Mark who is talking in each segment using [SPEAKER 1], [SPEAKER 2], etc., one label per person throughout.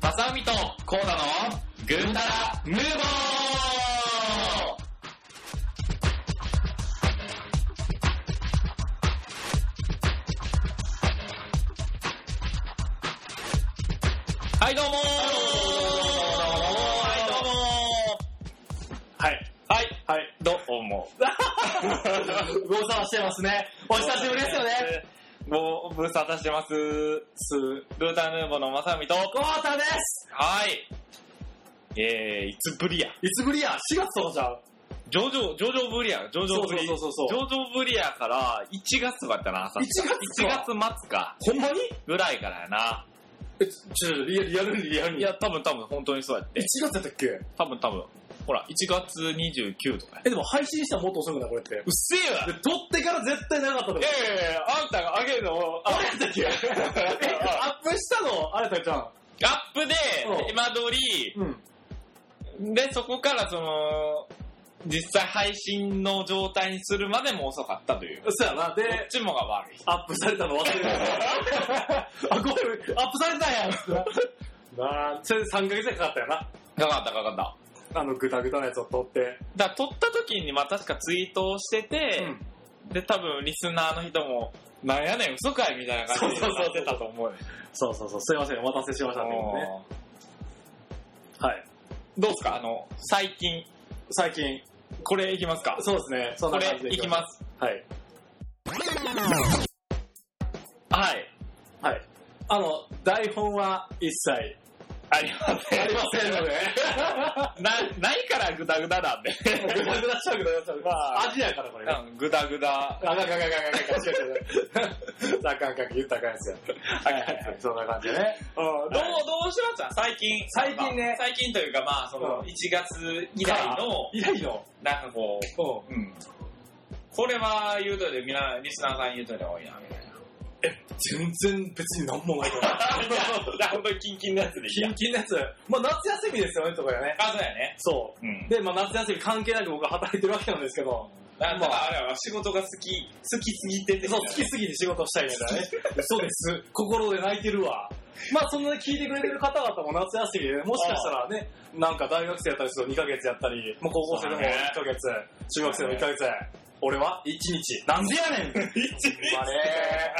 [SPEAKER 1] 鏡とコーダのぐーたらムーボーはいどうもーはいどうも
[SPEAKER 2] はい。
[SPEAKER 1] ーはい
[SPEAKER 2] はい。どうも。
[SPEAKER 1] ご無沙汰してますね。お久しぶりですよね。。
[SPEAKER 2] ご無沙汰してます。す、ルーターヌーボーのまさみと。
[SPEAKER 1] ご無沙汰です
[SPEAKER 2] はい。えー、いつぶりや。
[SPEAKER 1] いつぶりや ?4 月とかじゃん。
[SPEAKER 2] 上々、上々ぶりや。上々ぶり。
[SPEAKER 1] そうそうそうそう
[SPEAKER 2] 上々ぶりやから、1月だったな、さ
[SPEAKER 1] 1月か
[SPEAKER 2] 1月末か。
[SPEAKER 1] ほんまに
[SPEAKER 2] ぐらいからやな。
[SPEAKER 1] え、ちょ、ちょ、リアルリアルにリアル
[SPEAKER 2] い
[SPEAKER 1] に。1
[SPEAKER 2] や、多分多分、本当にそうやって。
[SPEAKER 1] 月だったっけ
[SPEAKER 2] 多分多分。ほら、1月29とかや。
[SPEAKER 1] え、でも配信したらもっと遅くないこれって。
[SPEAKER 2] うっせえわ
[SPEAKER 1] で、撮ってから絶対なかったと思う
[SPEAKER 2] いやいやいや、あんたがあげるのを、
[SPEAKER 1] あれやったっけえアップしたのあれだったじゃん。
[SPEAKER 2] アップで
[SPEAKER 1] うん、
[SPEAKER 2] 今通り、
[SPEAKER 1] うん。
[SPEAKER 2] で、そこからその、実際配信の状態にするまでも遅かったという。こ
[SPEAKER 1] そうやな。で、
[SPEAKER 2] っちもが悪い。
[SPEAKER 1] アップされたの忘れ てた。あ、ごめん、アップされたんや。なあ、それで3ヶ月でかかったよな。
[SPEAKER 2] かかったかかった。
[SPEAKER 1] あの、ぐたぐたのやつを撮って。
[SPEAKER 2] だから撮った時に、まあ確かツイートをしてて、で、多分リスナーの人も、なんやねん、嘘かいみたいな感じで
[SPEAKER 1] そうそうそう
[SPEAKER 2] なってたと思うよ。
[SPEAKER 1] そうそうそう、すいません、お待たせしましたね。ね
[SPEAKER 2] あー
[SPEAKER 1] はい。
[SPEAKER 2] どうですかあの、最近、
[SPEAKER 1] 最近、
[SPEAKER 2] これいきますか
[SPEAKER 1] そうですね、そん
[SPEAKER 2] こ
[SPEAKER 1] な
[SPEAKER 2] れ
[SPEAKER 1] 感じで
[SPEAKER 2] いきます。
[SPEAKER 1] す。はい。
[SPEAKER 2] はい。
[SPEAKER 1] はい。あの、台本は一切
[SPEAKER 2] ありません。
[SPEAKER 1] ありませんので。
[SPEAKER 2] な、ないからグダグダなんで。
[SPEAKER 1] ぐだぐだしちゃうぐだぐだしちゃう。
[SPEAKER 2] まあ
[SPEAKER 1] アジアからこれね。
[SPEAKER 2] グダグダ
[SPEAKER 1] あかんかんかんかんかんかん違う違う違う。あかんかん言ったらあかんやつや。はいはいはい。そんな感じでね。
[SPEAKER 2] どう、どうしました最近。
[SPEAKER 1] 最近ね
[SPEAKER 2] 最近というか、まあ、その、
[SPEAKER 1] うん
[SPEAKER 2] 1月以来の、
[SPEAKER 1] 以来の。
[SPEAKER 2] なんかこ
[SPEAKER 1] うん。
[SPEAKER 2] う、うん。これは言うといて、みんな、リスナーさんに言うといて多いな、みた いな。
[SPEAKER 1] 全然別になんもないから。
[SPEAKER 2] じゃあ、本当にキンキンのやつでいい
[SPEAKER 1] キ
[SPEAKER 2] や
[SPEAKER 1] ン。キンのやつ。まあ夏休みですよね、とかね。
[SPEAKER 2] あ、そうやね。
[SPEAKER 1] そ
[SPEAKER 2] うん
[SPEAKER 1] う。。で、まあ夏休み関係なく僕は働いてるわけなんですけど。
[SPEAKER 2] だか
[SPEAKER 1] ま
[SPEAKER 2] ら、あれは仕事が好き、好きすぎてて。
[SPEAKER 1] そう、好きすぎて仕事したいみたいなね。そうです。心で泣いてるわ。まあそんな聞いてくれてる方々も夏休みで、もしかしたらね、なんか大学生やったりすると2ヶ月やったり、もう高校生でも1ヶ月、中学生でも1ヶ月、俺は1日。なんでやねん
[SPEAKER 2] 一日
[SPEAKER 1] まあ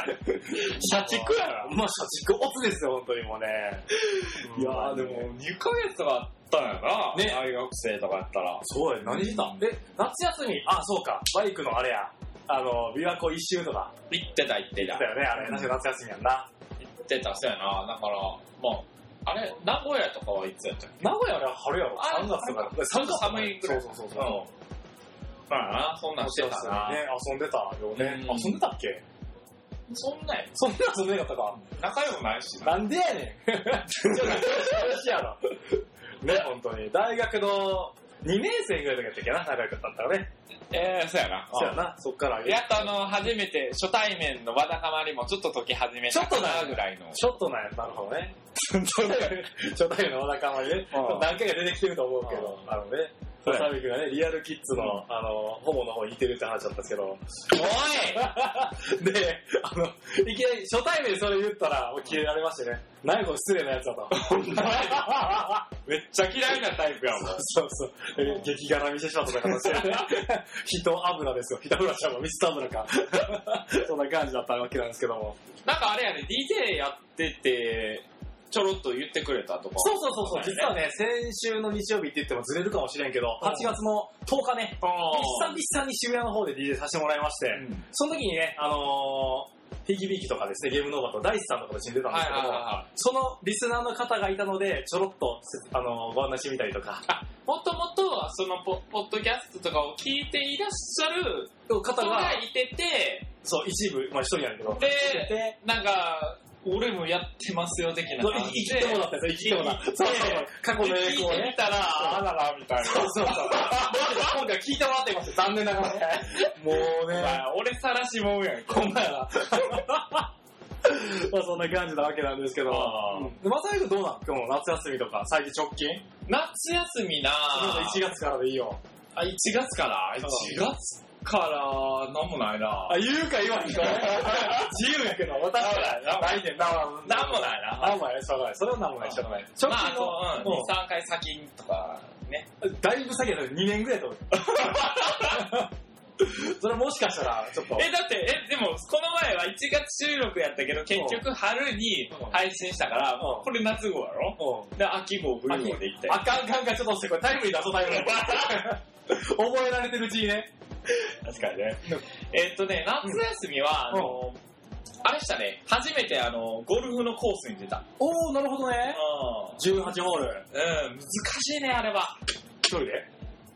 [SPEAKER 1] ね
[SPEAKER 2] 社畜や
[SPEAKER 1] な。まあ社畜オツですよ、本当にもうね。
[SPEAKER 2] いやー、でも、2ヶ月とかあったんやな。
[SPEAKER 1] ね
[SPEAKER 2] 大学生とかやったら。
[SPEAKER 1] そうや、何してたんえ、夏休み、あ、そうか、バイクのあれや、あの、琵琶湖一周とか、
[SPEAKER 2] 行ってた、行ってた
[SPEAKER 1] だ。よね、あれ、確か夏休みやんな。
[SPEAKER 2] 行ってた、そうやな。だから、まあ、あれ、名古屋とかはいつやったっけ
[SPEAKER 1] 名古屋あれ春やろ、
[SPEAKER 2] あれ
[SPEAKER 1] 3月とか、
[SPEAKER 2] 寒い寒いぐらい
[SPEAKER 1] そうそう
[SPEAKER 2] う。ん。
[SPEAKER 1] そう
[SPEAKER 2] まあな、そんなんしてたな。
[SPEAKER 1] ね、遊んでたよね。
[SPEAKER 2] うん
[SPEAKER 1] 遊んでたっけ
[SPEAKER 2] そんなんや
[SPEAKER 1] そんな遊んでなかったか。
[SPEAKER 2] 仲良くないしな。
[SPEAKER 1] なんでやねん。ちょっと話やろ。ね、本当に。大学の2年生ぐらいの時やったっけな、仲良かったんだからね。
[SPEAKER 2] ええ、そうやな。
[SPEAKER 1] そうやな、そっから。
[SPEAKER 2] うんやっとあの、初めて、初対面のわだかまりもちょっと解き始めたか
[SPEAKER 1] ちょっと
[SPEAKER 2] な
[SPEAKER 1] な
[SPEAKER 2] ぐらいの。
[SPEAKER 1] ちょっとなんや、なるほどね。
[SPEAKER 2] そうだよ
[SPEAKER 1] 初対面のわだかまりね。
[SPEAKER 2] うん
[SPEAKER 1] 何回か出てきてると思うけど、あのね。
[SPEAKER 2] そうや
[SPEAKER 1] サビ君がね、リアルキッズの、
[SPEAKER 2] う
[SPEAKER 1] あの、ホモの方に似てるって話だったんですけど、
[SPEAKER 2] おい
[SPEAKER 1] で、あの、いきなり初対面でそれ言ったら、もう消えられましてね、何これ失礼なやつだと。
[SPEAKER 2] めっちゃ嫌いなタイプやもん。
[SPEAKER 1] そうそう。え激辛見せしまった形で、 ね、人油ですよ。人油ちゃんも水と油か。そんな感じだったわけなんですけども。
[SPEAKER 2] なんかあれやね、DJ やってて、ちょろっと言ってくれたとか。
[SPEAKER 1] そうそうそうそう、実はね、先週の日曜日って言ってもずれるかもしれんけど、8月の10日ね、
[SPEAKER 2] あ
[SPEAKER 1] 久々に渋谷の方で DJ させてもらいまして、
[SPEAKER 2] ーうん
[SPEAKER 1] その時にね、あのー、ピーキビーキとかですね、ゲームノーバーとダイスさんとかと一緒に出たんで
[SPEAKER 2] はい
[SPEAKER 1] すけど
[SPEAKER 2] はい
[SPEAKER 1] も、
[SPEAKER 2] はいはい。
[SPEAKER 1] そのリスナーの方がいたので、ちょろっと、あの、ご案内してみたりとか、
[SPEAKER 2] もともとはそのポポッドキャストとかを聞いていらっしゃる
[SPEAKER 1] 方
[SPEAKER 2] 人
[SPEAKER 1] が
[SPEAKER 2] が、いてて、
[SPEAKER 1] そう、一部、まあ一人やねんけど、
[SPEAKER 2] で
[SPEAKER 1] で、
[SPEAKER 2] なんか、俺もやってますよ的な
[SPEAKER 1] そう
[SPEAKER 2] 感
[SPEAKER 1] 生き
[SPEAKER 2] じ
[SPEAKER 1] 生き
[SPEAKER 2] で。
[SPEAKER 1] てもらったんですよ、生きてもらった。そうそうそう、過去の栄
[SPEAKER 2] 聞いて
[SPEAKER 1] 光を
[SPEAKER 2] み
[SPEAKER 1] ね。
[SPEAKER 2] たら、あらら、みたいな。
[SPEAKER 1] そうそうそう。今回聞いてもらってますよ、残念ながらね。もうね、
[SPEAKER 2] まあ俺さらしもんやんけ。
[SPEAKER 1] ほんまやな。まあそんな感じなわけなんですけど、
[SPEAKER 2] あー
[SPEAKER 1] うんでまさゆくどうなん今日も夏休みとか、最近直近
[SPEAKER 2] 夏休みな
[SPEAKER 1] 1月からでいいよ。
[SPEAKER 2] あ、1月かな
[SPEAKER 1] そう
[SPEAKER 2] ?1 月から、なんもないな
[SPEAKER 1] あ、。言うか言 わんか。自由やけど、私はないねんな。
[SPEAKER 2] なんもないな。
[SPEAKER 1] なんもない、しょうがない。それはなんもない、しょうがない。直
[SPEAKER 2] まあ、あ
[SPEAKER 1] 近
[SPEAKER 2] と、うん、
[SPEAKER 1] の、
[SPEAKER 2] 2、3回先とか、ね。
[SPEAKER 1] うんだいぶ先やったら2年ぐらいと思う。 それもしかしたら、ちょっと。
[SPEAKER 2] え、だって、え、でも、この前は1月収録やったけど、結局春に
[SPEAKER 1] うん
[SPEAKER 2] 配信したから、
[SPEAKER 1] うん
[SPEAKER 2] これ夏号やろ
[SPEAKER 1] うん
[SPEAKER 2] で、秋号、冬号でいった
[SPEAKER 1] あ
[SPEAKER 2] よ。
[SPEAKER 1] かんあかんかん、ちょっとして、これタイムリー出そう、タイムリ ー。覚えられてるうちにね。
[SPEAKER 2] 確かにね。えっとね、夏休みは、あの、あれしたね、初めてあの、ゴルフのコースに出た。
[SPEAKER 1] おー、なるほどね。
[SPEAKER 2] うん。
[SPEAKER 1] 18ホール。
[SPEAKER 2] うん、難しいね、あれは。
[SPEAKER 1] 一人で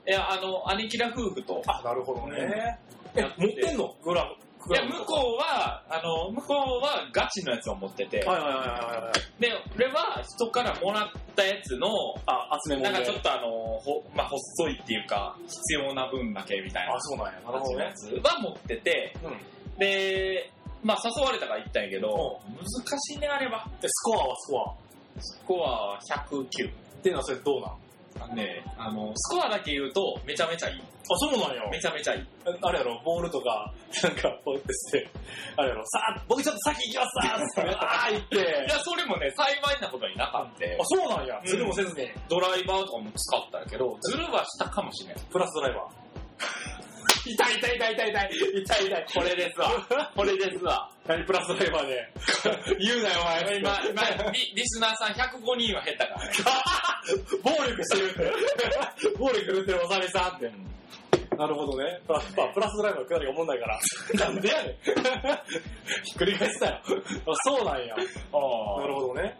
[SPEAKER 2] いや、あの、兄貴ら夫婦と。
[SPEAKER 1] あ、なるほどね。え
[SPEAKER 2] やっ、て
[SPEAKER 1] 持ってんのグラフ。
[SPEAKER 2] いや、向こうは、あの、向こうはガチのやつを持ってて、
[SPEAKER 1] はいはいはいはいはい。
[SPEAKER 2] で、俺は人からもらったやつの、
[SPEAKER 1] あ、集め
[SPEAKER 2] な
[SPEAKER 1] 物
[SPEAKER 2] ん
[SPEAKER 1] で
[SPEAKER 2] かちょっとあの、ほまあ、細いっていうか、必要な分だけみたいな
[SPEAKER 1] あ、そうなんや。なる
[SPEAKER 2] 感
[SPEAKER 1] ほ
[SPEAKER 2] じ
[SPEAKER 1] ど
[SPEAKER 2] の
[SPEAKER 1] ね
[SPEAKER 2] や。つは持ってて、
[SPEAKER 1] うん。
[SPEAKER 2] で、まあ、誘われたから行ったんやけど、難しいね、あれは。
[SPEAKER 1] で、スコアはスコア。
[SPEAKER 2] スコアは109。
[SPEAKER 1] っていうのはそれどうなんあ、
[SPEAKER 2] あのね、あの、スコアだけ言うと、めちゃめちゃいい。
[SPEAKER 1] そうなんや。
[SPEAKER 2] めちゃめちゃいい。
[SPEAKER 1] あれやろ、ボールとか、なんか、こうやってして、あれやろ、さあ、僕ちょっと先行きますさあつって、あ あ、行っ
[SPEAKER 2] い
[SPEAKER 1] て。
[SPEAKER 2] や、それもね、幸いなことになかった。
[SPEAKER 1] あ、そうなんや。
[SPEAKER 2] うん
[SPEAKER 1] それもせずに、
[SPEAKER 2] ドライバーとかも使ったけど、ズルはしたかもしれない。
[SPEAKER 1] プラスドライバー。痛い痛い痛い痛い痛い。痛い痛い。
[SPEAKER 2] これですわ。これですわ。
[SPEAKER 1] 何プラスドライバーで。言うなよ、お前。
[SPEAKER 2] 今、今、リリスナーさん105人は減ったからね。
[SPEAKER 1] 暴力してるって。暴力振るってるおさみさんって。なるほどね。プラス、まあプラスドライバーのくだりがおもんないから。 なんでやねん。ひっくり返したよ。あそうなんや。なる
[SPEAKER 2] あ
[SPEAKER 1] ほどね。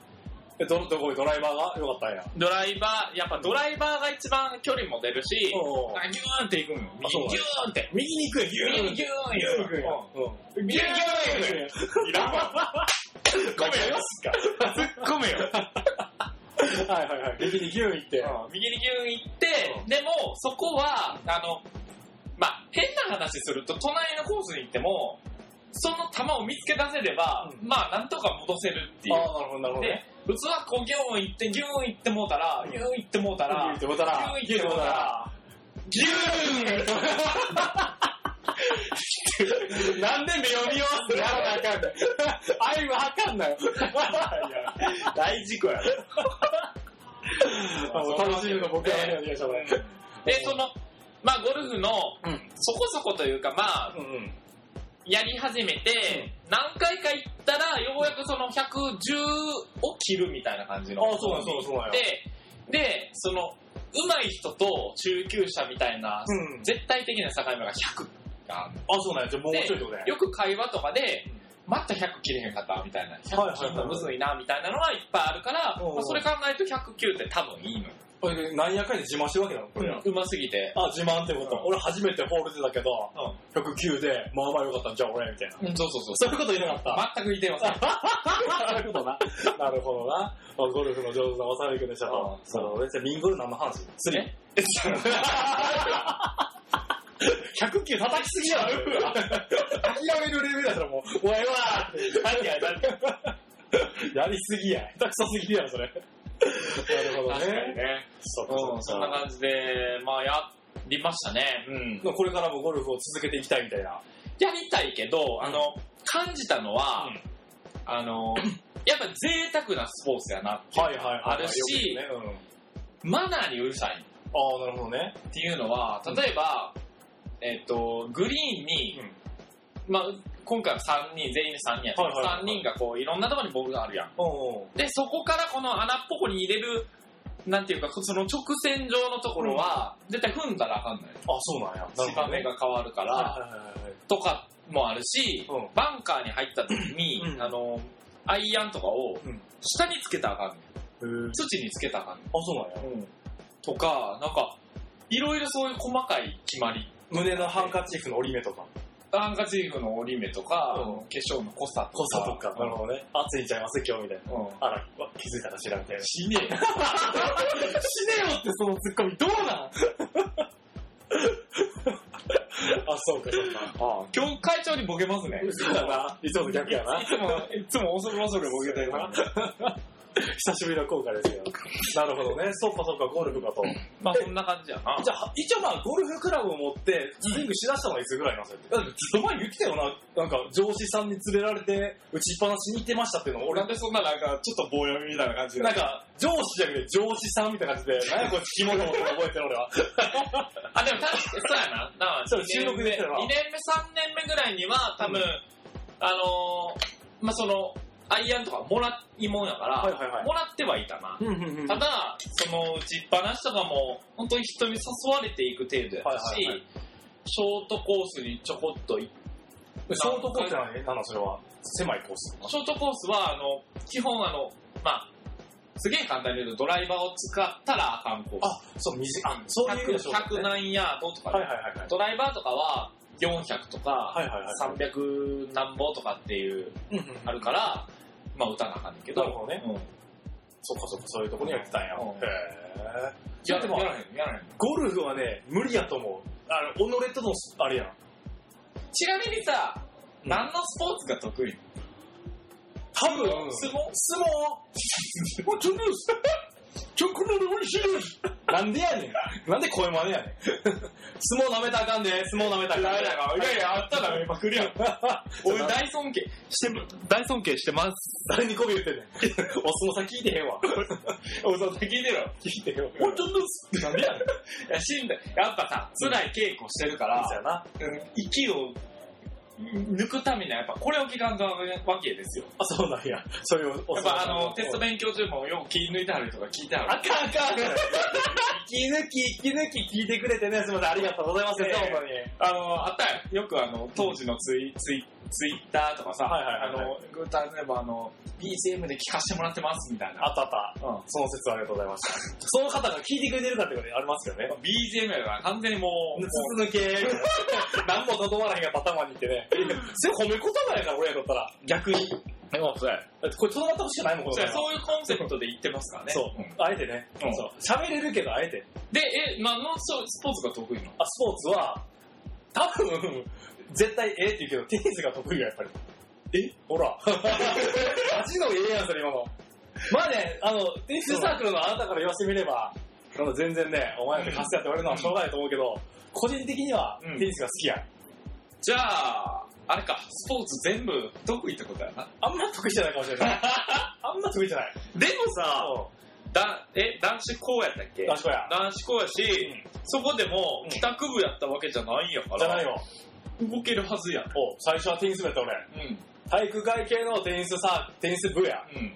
[SPEAKER 1] え、ど、どこいドライバーがよかったんや。
[SPEAKER 2] ドライバー、やっぱドライバーが一番距離も出るし、
[SPEAKER 1] おうおう
[SPEAKER 2] なんかギューンっていくのよ。
[SPEAKER 1] あそう
[SPEAKER 2] 右ギューンって。
[SPEAKER 1] 右に行くよ、ギ
[SPEAKER 2] 右にギューン行く
[SPEAKER 1] ギューン
[SPEAKER 2] の。
[SPEAKER 1] うん
[SPEAKER 2] ギューンギューン行くの。いらんわ。突っ込めよ。突っ込めよ。
[SPEAKER 1] はいはいはい。右にギューン行って。
[SPEAKER 2] 右にギューン行って、でも、そこは、あの、まあ、変な話すると、隣のコースに行っても、その球を見つけ出せれば、
[SPEAKER 1] うん
[SPEAKER 2] まあ、なんとか戻せるってい
[SPEAKER 1] あ
[SPEAKER 2] う。
[SPEAKER 1] あ、なるほどなるほどね。
[SPEAKER 2] で、普通はこう、ギューン行って、ギューン行ってもうたら、ギューン行ってもうたら、
[SPEAKER 1] ギューン行ってもうたら
[SPEAKER 2] ギューン行ってもうたら、ギューン
[SPEAKER 1] なんで目を見ようってならなあ かんだよ。アイムあかん なよ。
[SPEAKER 2] 大事故やろ。
[SPEAKER 1] 楽しみの僕はあれやねそれ
[SPEAKER 2] で、その、まあ、ゴルフの、
[SPEAKER 1] うん。
[SPEAKER 2] そこそこというか、まあ、
[SPEAKER 1] うんうん。
[SPEAKER 2] やり始めて、何回か行ったら、ようやくその110を切るみたいな感じの。
[SPEAKER 1] ああ、そうなんそうなんそうなんや。
[SPEAKER 2] で、で、その、上手い人と中級者みたいな、
[SPEAKER 1] うん
[SPEAKER 2] 絶対的な境目が100がある
[SPEAKER 1] あ、そうなんや。じゃあもうちょいってことね。
[SPEAKER 2] よく会話とかで
[SPEAKER 1] うん、
[SPEAKER 2] また100切れへんかったみたいな、
[SPEAKER 1] はい
[SPEAKER 2] 100
[SPEAKER 1] はい
[SPEAKER 2] 切るのむずいなみたいなのはいっぱいあるから、
[SPEAKER 1] おうおう
[SPEAKER 2] まあそれ考えると109って多分いいのよ。
[SPEAKER 1] これ何やかんや自慢してるわけなのこれは。
[SPEAKER 2] うますぎて。
[SPEAKER 1] あ、自慢ってこと、
[SPEAKER 2] うん
[SPEAKER 1] 俺初めてホール出たけど、109で、まあまあよかったんじゃあ俺、みたいな。
[SPEAKER 2] うんそうそうそう。
[SPEAKER 1] そういうこと言いなかった。
[SPEAKER 2] 全く言ってません。
[SPEAKER 1] なるほどな。なるほどな。まあゴルフの上手なわさびくんでしたと
[SPEAKER 2] あ。
[SPEAKER 1] その俺じゃあミンゴル何の 話釣り。109叩きすぎやろ。諦めるレベルだったらもう、おいは
[SPEAKER 2] 何や何
[SPEAKER 1] やりすぎや。下手くそすぎるやろ、それ。なるほど
[SPEAKER 2] 確かに
[SPEAKER 1] ね。
[SPEAKER 2] ね。
[SPEAKER 1] そうか
[SPEAKER 2] うん、そ
[SPEAKER 1] そ
[SPEAKER 2] んな
[SPEAKER 1] うか。
[SPEAKER 2] 感じで、まあ、やりましたね。うん。
[SPEAKER 1] これからもゴルフを続けていきたいみたいな。
[SPEAKER 2] やりたいけど、あの、感じたのは、
[SPEAKER 1] うん
[SPEAKER 2] あの、やっぱ贅沢なスポーツやなっていう
[SPEAKER 1] はいはいはい。
[SPEAKER 2] あるし
[SPEAKER 1] よく言うねうん
[SPEAKER 2] マナーにうるさい
[SPEAKER 1] ああ、なるほどね。
[SPEAKER 2] っていうのは、例えば、えっ、と、グリーンに、まあ、今回は3人、全員で3人やけど、
[SPEAKER 1] はいはいはい
[SPEAKER 2] 3人がこう、いろんなところにボールがあるやん。
[SPEAKER 1] おう
[SPEAKER 2] で、そこからこの穴っぽこに入れる、なんていうか、その直線上のところは、絶対踏んだらあかんない。
[SPEAKER 1] あ、そうなんや。
[SPEAKER 2] 芝目
[SPEAKER 1] が。
[SPEAKER 2] が変わるから、
[SPEAKER 1] はいはいはいはい。
[SPEAKER 2] とかもあるし、
[SPEAKER 1] うん
[SPEAKER 2] バンカーに入った時に、
[SPEAKER 1] うん
[SPEAKER 2] あの、アイアンとかを
[SPEAKER 1] うん
[SPEAKER 2] 下につけたらあかんねん。
[SPEAKER 1] へー
[SPEAKER 2] 土につけたらあかん
[SPEAKER 1] あ、そうなんや。
[SPEAKER 2] ねん。とか、なんか、いろいろそういう細かい決まり。
[SPEAKER 1] 胸のハンカチーフの折り目とか。
[SPEAKER 2] ハンカチーフの折り目とか、
[SPEAKER 1] うん
[SPEAKER 2] 化粧の濃さとか。
[SPEAKER 1] 濃さとか。なるほどね。あ、ついちゃいます今日みたいな。
[SPEAKER 2] うん。うん
[SPEAKER 1] あら、わ気づいたら知らんみたいな。 死
[SPEAKER 2] 死ねえよ。
[SPEAKER 1] ねよってそのツッコミどうなんあ、 そうか、そうか。
[SPEAKER 2] 今日会長にボケますね。
[SPEAKER 1] そうだな。いつもと逆やな。
[SPEAKER 2] いつも、いつも恐る恐るボケてるな。
[SPEAKER 1] 久しぶりの効果ですよ。なるほどね。そっかそっか、ゴルフかと。
[SPEAKER 2] まあそんな感じやな。
[SPEAKER 1] じゃあ、一応まあ、ゴルフクラブを持って、スイングしだしたのはいつぐらいなんですかだってずっと前に言ってたよな。なんか、上司さんに連れられて、打ちっぱなしに行ってましたっていうのを、俺
[SPEAKER 2] なん、でそんななんか、ちょっと棒読みみたいな感じで
[SPEAKER 1] なんか、上司じゃなくて上司さんみたいな感じで、何やこれ聞き物と思って覚えてる俺は。
[SPEAKER 2] あ、でも確かに、そうやな。な
[SPEAKER 1] そう収録
[SPEAKER 2] 2
[SPEAKER 1] でやったら
[SPEAKER 2] 年目、3年目ぐらいには、多分、
[SPEAKER 1] うん
[SPEAKER 2] あのーまあ、その、アイアンとかもらいもんやから、
[SPEAKER 1] はいはいはい
[SPEAKER 2] もらってはいたな。
[SPEAKER 1] うんうんうん
[SPEAKER 2] ただ、その打ちっぱなしとかも、本当に人に誘われていく程度やったし、
[SPEAKER 1] はいはいはい
[SPEAKER 2] ショートコースにちょこっと行っ
[SPEAKER 1] ショートコースじゃないなのそれは。狭いコース。
[SPEAKER 2] ショートコースは、あの、基本あの、まあ、すげえ簡単に言うとドライバーを使ったらあかんコース。
[SPEAKER 1] あ、そう、短い。あ、そういう意味でしょうか
[SPEAKER 2] 100, 100何ヤードとかね
[SPEAKER 1] はいはいはいはい。
[SPEAKER 2] ドライバーとかは400とか
[SPEAKER 1] はいはいはい。
[SPEAKER 2] 300何本とかっていう
[SPEAKER 1] うんうん
[SPEAKER 2] あるから、まあ打たなあかんねんけど。
[SPEAKER 1] なるほどね
[SPEAKER 2] うん。
[SPEAKER 1] そっかそっか、そういうとこには来たんや。
[SPEAKER 2] うん
[SPEAKER 1] へえ。い
[SPEAKER 2] や
[SPEAKER 1] や、でも
[SPEAKER 2] や、らへん、やらへん。
[SPEAKER 1] ゴルフはね、無理やと思う。あの、己との、あれやん。
[SPEAKER 2] ちなみにさ、
[SPEAKER 1] うん
[SPEAKER 2] 何のスポーツが得意
[SPEAKER 1] 多分、
[SPEAKER 2] 相撲
[SPEAKER 1] 相撲もうちょっとです。ちょっとで美味しいです。なんでやねん。なんで声真似やねん。相撲舐めたらあかんで、相撲舐めたらあかんで。
[SPEAKER 2] いやいや、あったらめま くりやん。俺大尊敬して、大尊敬して ます。
[SPEAKER 1] 誰に媚び売ってんねん。お相撲さん聞いてへんわ。
[SPEAKER 2] おさ、聞いてろ。
[SPEAKER 1] 聞いてへんわ。
[SPEAKER 2] もうちょっとです。なんで やねん。いや、死んだ。やっぱさ、辛い稽古してるから、
[SPEAKER 1] そうやな。
[SPEAKER 2] うん息を抜くためにはやっぱこれを聞かんとわけですよ。
[SPEAKER 1] あ、そうなんや。そういうお
[SPEAKER 2] やっぱあの、テスト
[SPEAKER 1] で。
[SPEAKER 2] 勉強中もよく気抜いてはる人が聞いては
[SPEAKER 1] あかん
[SPEAKER 2] る。
[SPEAKER 1] あかん。息抜き、息抜き聞いてくれてね、すみません。ありがとうございます。
[SPEAKER 2] ええ
[SPEAKER 1] 本当に。
[SPEAKER 2] あの、あったよ。よくあの、当時のツイ、ツイ、ツイッターとかさ、
[SPEAKER 1] はいはいはい
[SPEAKER 2] あの、グーターズでもあの、BGM で聞かせてもらってますみたいな。
[SPEAKER 1] あったあった。
[SPEAKER 2] うん
[SPEAKER 1] その説はありがとうございました。その方が聞いてくれてるかってことありますけどね。
[SPEAKER 2] BGM が完全にもう、もう
[SPEAKER 1] 筒抜け、 何も整わらへんが頭にいてね。それ褒め言葉やから、俺やったら。逆に。だってこれ整ってほしくないもん、この
[SPEAKER 2] そう
[SPEAKER 1] 会話
[SPEAKER 2] そういうコンセプトで言ってますからね。。
[SPEAKER 1] そううんあえてね。
[SPEAKER 2] うん
[SPEAKER 1] そう喋れるけど、あえて。
[SPEAKER 2] で、え、何のそうスポーツが得意なの
[SPEAKER 1] あ、スポーツは、多分、絶対ええって言うけど、テニスが得意や、やっぱり。えほ ら。マジのええやん、それ今の。まあね、あの、テニスサークルのあなたから言わせてみれば、あの全然ね、お前ってカスやって言われるのはしょうがないと思うけど、個人的には
[SPEAKER 2] うん
[SPEAKER 1] テニスが好きや。
[SPEAKER 2] じゃあ、あれか、スポーツ全部得意ってことやな。
[SPEAKER 1] あんま得意じゃないかもしれ ない。あんま得意じゃない。
[SPEAKER 2] でもさ、だえ、男子校やったっけ
[SPEAKER 1] あ、そこや。
[SPEAKER 2] 男子校やし、そこでも
[SPEAKER 1] うん
[SPEAKER 2] 帰宅部やったわけじゃないんやから、
[SPEAKER 1] じゃないよ。
[SPEAKER 2] 動けるはずや。
[SPEAKER 1] お最初はテニス部やった俺。
[SPEAKER 2] うん。
[SPEAKER 1] 体育会系のテニスサー、テニス部や。
[SPEAKER 2] うん。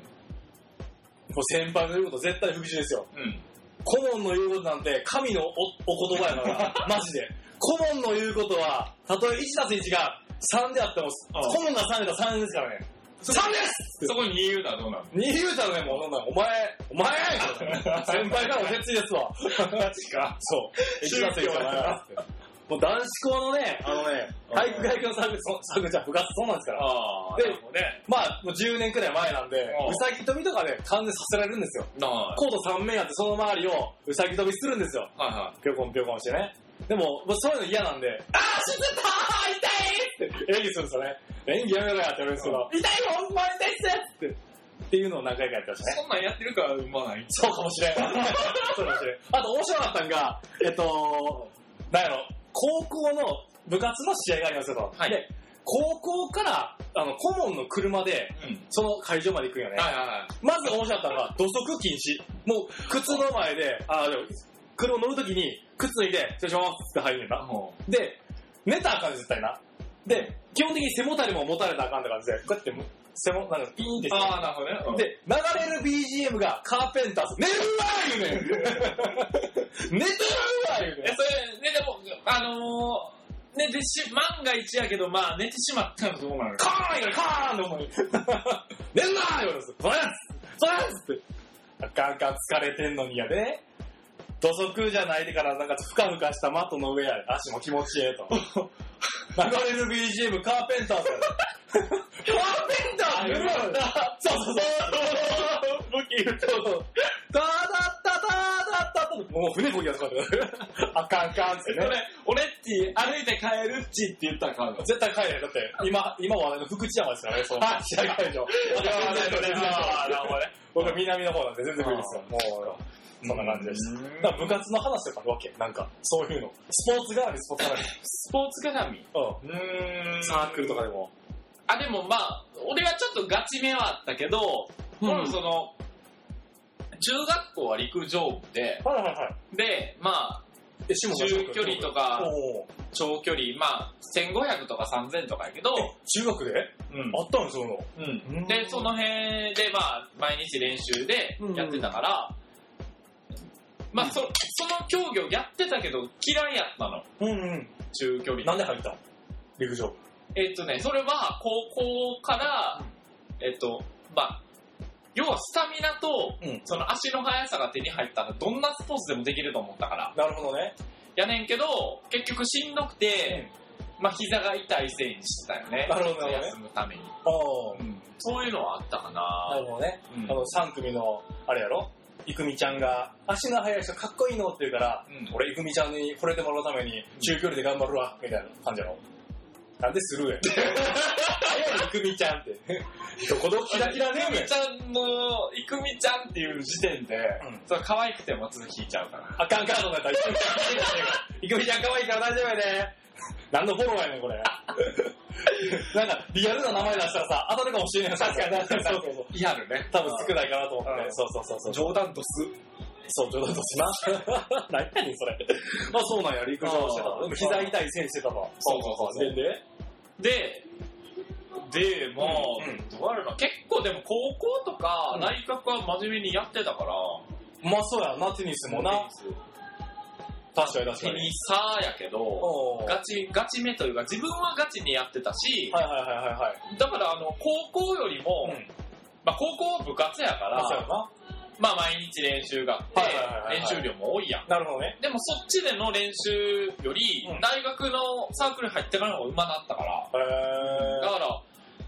[SPEAKER 1] もう先輩の言うこと絶対不従ですよ。
[SPEAKER 2] うん。
[SPEAKER 1] 顧問の言うことなんて神のおお言葉や から、マジで。顧問の言うことは、たとえ1たす1が3であっても、
[SPEAKER 2] ん
[SPEAKER 1] 顧問が3でたら3ですからね。
[SPEAKER 2] そ
[SPEAKER 1] 3です
[SPEAKER 2] そこに理由だどうなの
[SPEAKER 1] に言うたらね、もうそんなん、お前、お前やんけ先輩からの鉄意ですわ。
[SPEAKER 2] マジか。
[SPEAKER 1] そう。
[SPEAKER 2] 宗教やな
[SPEAKER 1] もう男子校のね、あのね、体育会系のサークル、そサークルじゃ部活そうなんですから。
[SPEAKER 2] ああ、
[SPEAKER 1] で
[SPEAKER 2] なるほどね。
[SPEAKER 1] まあ、もう10年くらい前なんで、
[SPEAKER 2] ん
[SPEAKER 1] うさぎ跳びとかで完全にさせられるんですよ。
[SPEAKER 2] なあ。
[SPEAKER 1] コート3面やってその周りをうさぎ跳びするんですよ。
[SPEAKER 2] はいは
[SPEAKER 1] ぴょこんぴょこんしてね。でも、もうそういうの 嫌なんで、あー死んだー痛いって演技するんですよね。演技やめろやって言われるんですけど、痛いよほんまに痛いっすって。っていうのを何回かやってました
[SPEAKER 2] い。
[SPEAKER 1] ね。
[SPEAKER 2] そんなんやってるから生まない。
[SPEAKER 1] そうか もしれん。そうかもしれん。あと面白かったんが、えっと、なんやろ、高校の部活の試合がありますよと。
[SPEAKER 2] はい
[SPEAKER 1] で、高校から、あの、顧問の車で、
[SPEAKER 2] うん。
[SPEAKER 1] その会場まで行くんよね。
[SPEAKER 2] はいはいはい。
[SPEAKER 1] まず面白かったのが、土足禁止。もう、靴の前で、あ、でも、車乗るときに、靴脱いで、失礼しますって入るんな。で、寝たらあかんねん絶対な。で、基本的に背もたれも持たれたらあかんって感じで、こうやってもう、背も、なんかピーンってして
[SPEAKER 2] ああ、なるほどね。うん
[SPEAKER 1] で、流れる BGM がカーペンターズ。寝るわ言うねん寝てるわ言う
[SPEAKER 2] え
[SPEAKER 1] ねん
[SPEAKER 2] それねでもあのー、ねでし万が一やけどまあ寝てしまったらどうなる
[SPEAKER 1] カーン言うねんカーンって思い。寝るな言うねんそれやつそれやつって。あかんあかん疲れてんのにやで。土足じゃないでからなんかふかふかしたマットの上やで。足も気持ちええと。流れる BGM カーペンターズやで。カーペンターズ言うねんそうそうそう。
[SPEAKER 2] 武器
[SPEAKER 1] そうそう。タタタタタタった時、もう船こぎやとかで、あかんあかんっ
[SPEAKER 2] そ
[SPEAKER 1] て
[SPEAKER 2] れ
[SPEAKER 1] ね。、
[SPEAKER 2] 俺っち、歩いて帰るっちって言ったら買うの。
[SPEAKER 1] 絶対帰れへん。だって、今、今話題の福知山ですからね、その試合会場。
[SPEAKER 2] ああ、なるほどね。
[SPEAKER 1] 僕は南の方なんで全然無理ですよ。もう、そんな感じでした。だから部活の話とかあるわけなんか、そういうの。スポーツ絡み、スポーツ絡み。
[SPEAKER 2] スポーツ絡み。
[SPEAKER 1] う
[SPEAKER 2] うー
[SPEAKER 1] ん。サークルとかでも。
[SPEAKER 2] あ、でもまあ、俺はちょっとガチめはあったけど、
[SPEAKER 1] うん
[SPEAKER 2] もうその、中学校は陸上部で、
[SPEAKER 1] はいはいはい。
[SPEAKER 2] で、まあ、
[SPEAKER 1] え、志
[SPEAKER 2] 中距離とか
[SPEAKER 1] おー
[SPEAKER 2] 長距離、まあ、1500とか3000とかやけど、
[SPEAKER 1] 中学で
[SPEAKER 2] うん
[SPEAKER 1] あったんですよ、
[SPEAKER 2] うん
[SPEAKER 1] その。
[SPEAKER 2] で、そ、の辺で、まあ、毎日練習でやってたから、まあ、そ、その競技をやってたけど、嫌いやったの、
[SPEAKER 1] うんうん。
[SPEAKER 2] 中距離。
[SPEAKER 1] なんで入った陸上。
[SPEAKER 2] えっとね、それは、高校から、えっと、まあ、要はスタミナと、
[SPEAKER 1] うん
[SPEAKER 2] その足の速さが手に入ったら、どんなスポーツでもできると思ったから。
[SPEAKER 1] なるほどね。
[SPEAKER 2] やねんけど、結局しんどくて、まあ、膝が痛いせいにしてたよね。
[SPEAKER 1] なるほどね
[SPEAKER 2] 休むために。
[SPEAKER 1] ああ。
[SPEAKER 2] そういうのはあったか
[SPEAKER 1] な
[SPEAKER 2] な
[SPEAKER 1] るほどね。
[SPEAKER 2] うん
[SPEAKER 1] あの、3組の、あれやろいくみちゃんが、足の速い人かっこいいのって言うから、
[SPEAKER 2] うん
[SPEAKER 1] 俺いくみちゃんに惚れてもらうために、中距離で頑張るわ、みたいな感じやろ。なんでスルーやん。早いいくみちゃんって。どこどこキラキラネーム
[SPEAKER 2] いく
[SPEAKER 1] や
[SPEAKER 2] みちゃんの、いくみちゃんっていう時点で、
[SPEAKER 1] うん
[SPEAKER 2] それ可愛くてもちょっと引いちゃうから。
[SPEAKER 1] あかんかんの中、いくみちゃん可愛いから。いくみちゃん可愛いから大丈夫やで。何のフォローやねん、こ れ。なんか、リアルな名前出したらさ、当たるかもしれない。確かに、確かに。そうそうそう。
[SPEAKER 2] リアルね。
[SPEAKER 1] 多分少ないかなと思って
[SPEAKER 2] う。ん
[SPEAKER 1] そうそうそうそう。
[SPEAKER 2] 冗談とす。
[SPEAKER 1] そう、冗談としな。 何やねん、それ。まあそうなんや、陸上してた
[SPEAKER 2] あ
[SPEAKER 1] の。
[SPEAKER 2] ー
[SPEAKER 1] でも膝痛いせいにしてたの。
[SPEAKER 2] そうそうそう
[SPEAKER 1] で、で
[SPEAKER 2] で、で、まあ、
[SPEAKER 1] うん
[SPEAKER 2] どうやろな。結構でも高校とか
[SPEAKER 1] うん
[SPEAKER 2] 大学は真面目にやってたから、
[SPEAKER 1] まあそうやな、テニスもな。確かに確か
[SPEAKER 2] テ
[SPEAKER 1] に
[SPEAKER 2] ニ。サーやけど、
[SPEAKER 1] おー
[SPEAKER 2] ガチ、ガチめというか、自分はガチにやってたし、
[SPEAKER 1] はいはいはいはいはい。
[SPEAKER 2] だからあの、高校よりも、
[SPEAKER 1] うん
[SPEAKER 2] まあ高校は部活やか
[SPEAKER 1] ま
[SPEAKER 2] ら
[SPEAKER 1] あ、そうやな。
[SPEAKER 2] まあ毎日練習があって
[SPEAKER 1] はいはいはいはい、
[SPEAKER 2] 練習量も多いやん。
[SPEAKER 1] なるほどね。
[SPEAKER 2] でもそっちでの練習より
[SPEAKER 1] うん、
[SPEAKER 2] 大学のサークルに入ってからの方が上手なったから、
[SPEAKER 1] へ
[SPEAKER 2] だ
[SPEAKER 1] ー。
[SPEAKER 2] から、